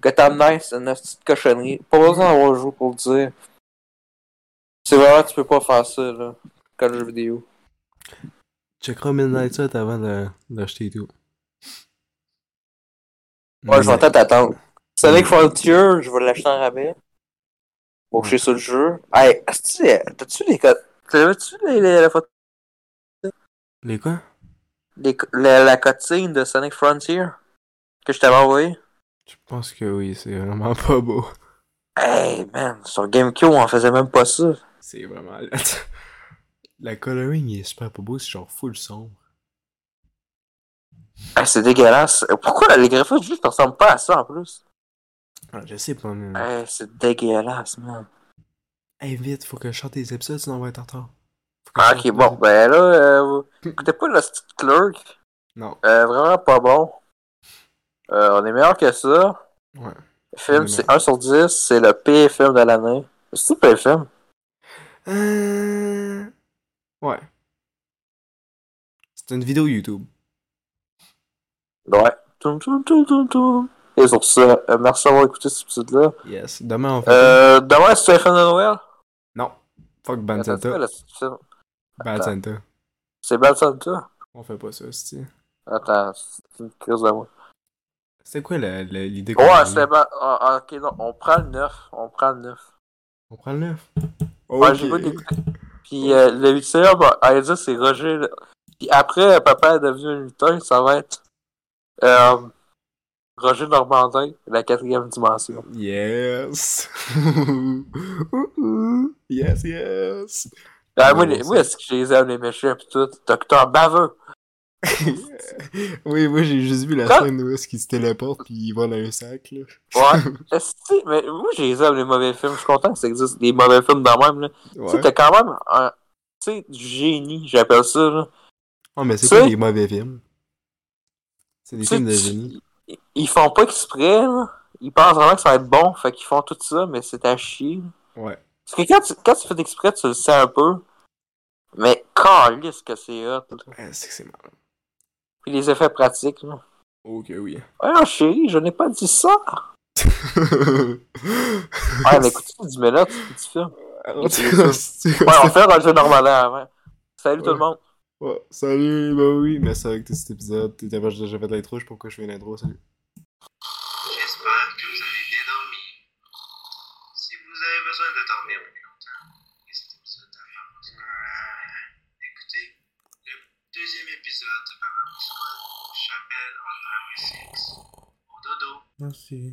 Speaker 3: Gotham Knight, c'est une petite cochonnerie. Pas besoin d'avoir joué pour le dire. C'est vraiment, tu peux pas faire ça, là, comme jeu vidéo.
Speaker 2: Checkeras Midnight Shot avant de- d'acheter tout.
Speaker 3: Ouais, je vais
Speaker 2: Midnight-
Speaker 3: peut-être attendre. Sonic Frontier, je vais l'acheter en rabais. Pour que je sois sur le jeu. Hey, est-ce que- t'as-tu les codes? T'as-tu les, les- la, photo-
Speaker 2: Les quoi
Speaker 3: les- la, la cutscene de Sonic Frontier que je t'avais envoyé?
Speaker 2: Je pense que oui, c'est vraiment pas beau.
Speaker 3: Hey man, sur GameCube on faisait même pas ça.
Speaker 2: C'est vraiment. La coloring il est super pas beau, c'est genre full sombre.
Speaker 3: Hey, c'est dégueulasse. Pourquoi les graphismes juste ne ressemblent pas à ça en plus?
Speaker 2: Ah, je sais pas, mais.
Speaker 3: Hey, c'est dégueulasse, man.
Speaker 2: Hey, vite, faut que je chante les épisodes, sinon on va être en retard. Faut que je
Speaker 3: Ah,
Speaker 2: sorte
Speaker 3: ok,
Speaker 2: les-
Speaker 3: bon, ben là, euh, vous écoutez pas le petit clerk.
Speaker 2: Non,
Speaker 3: Euh, vraiment pas bon. Euh, on est meilleur que ça.
Speaker 2: ouais.
Speaker 3: Le film,
Speaker 2: On est
Speaker 3: c'est 1 sur 10, c'est le pire film de l'année. C'est tout le pire film.
Speaker 2: Euh... Ouais. C'est une vidéo YouTube.
Speaker 3: Ouais. Toum, toum, toum, toum, toum. Et sur ça, euh, merci d'avoir écouté cet épisode-là.
Speaker 2: Yes. Demain, on fait.
Speaker 3: Euh, demain, Stephen de Noël.
Speaker 2: Non. Fuck Bad
Speaker 3: Attends, c'est quoi
Speaker 2: Santa.
Speaker 3: le petit film?
Speaker 2: Bad
Speaker 3: attends.
Speaker 2: Santa.
Speaker 3: C'est Bad Santa?
Speaker 2: On fait pas ça, c'est.
Speaker 3: Attends, c'est une crise de moi.
Speaker 2: C'est hein? quoi la- la- l'idée qu'on a
Speaker 3: Ouais,
Speaker 2: eue?
Speaker 3: c'était pas. ah, ah, ok, non, on prend le 9. On prend le 9.
Speaker 2: On prend le 9.
Speaker 3: Ouais, j'ai pas d'écouter. Puis euh, le lutteur, bah, à dire, c'est Roger. là. Puis après, euh, papa est devenu un lutteur, ça va être. Euh, Roger Normandin, la quatrième dimension.
Speaker 2: Yes. Ouh, ouh. yes, yes.
Speaker 3: Ah, moi,
Speaker 2: Ouais,
Speaker 3: les-
Speaker 2: ça.
Speaker 3: moi, est-ce que je les aime, les méchants, pis tout. Docteur Baveux.
Speaker 2: oui, moi j'ai juste vu la
Speaker 3: Quoi?
Speaker 2: scène où est-ce qu'il se téléporte puis il vole un sac là.
Speaker 3: Ouais. Esti, mais moi, j'ai les aime, les mauvais films. Je suis content que ça existe, des mauvais films dans même. Là. Tu sais,
Speaker 2: Ouais.
Speaker 3: t'as quand même un. Tu sais, du génie, j'appelle ça. Là.
Speaker 2: Oh, mais c'est
Speaker 3: Tu sais-
Speaker 2: pas des mauvais films. C'est des
Speaker 3: Tu sais,
Speaker 2: films de
Speaker 3: tu-
Speaker 2: génie.
Speaker 3: Ils- Ils font pas exprès, là. Ils pensent vraiment que ça va être bon, fait qu'ils font tout ça, mais c'est à chier.
Speaker 2: Ouais.
Speaker 3: Parce que quand tu, quand tu fais d'exprès, tu le sais un peu. Mais calisse que c'est hot. là.
Speaker 2: Ah, c'est que c'est marrant.
Speaker 3: Puis les effets pratiques, là.
Speaker 2: Ok, oui.
Speaker 3: Ouais, chérie, je n'ai pas dit ça. Ouais, mais écoute, tu 10 minutes du film.
Speaker 2: Alors, tu vois, c'est-
Speaker 3: Ouais, on fait dans le jeu normal avant. Salut tout le monde.
Speaker 2: Ouais, salut, bah oui, merci avec tout cet épisode. T'étais pas déjà fait l'intro, je sais pas pourquoi je fais une intro, salut.
Speaker 1: J'espère que vous avez bien dormi. Si vous avez besoin de dormir plus longtemps, cet épisode de Parent Squad. Euh, Écoutez, le deuxième épisode de Parent Squad s'appelle On Highway 6. Bon dodo.
Speaker 2: Merci.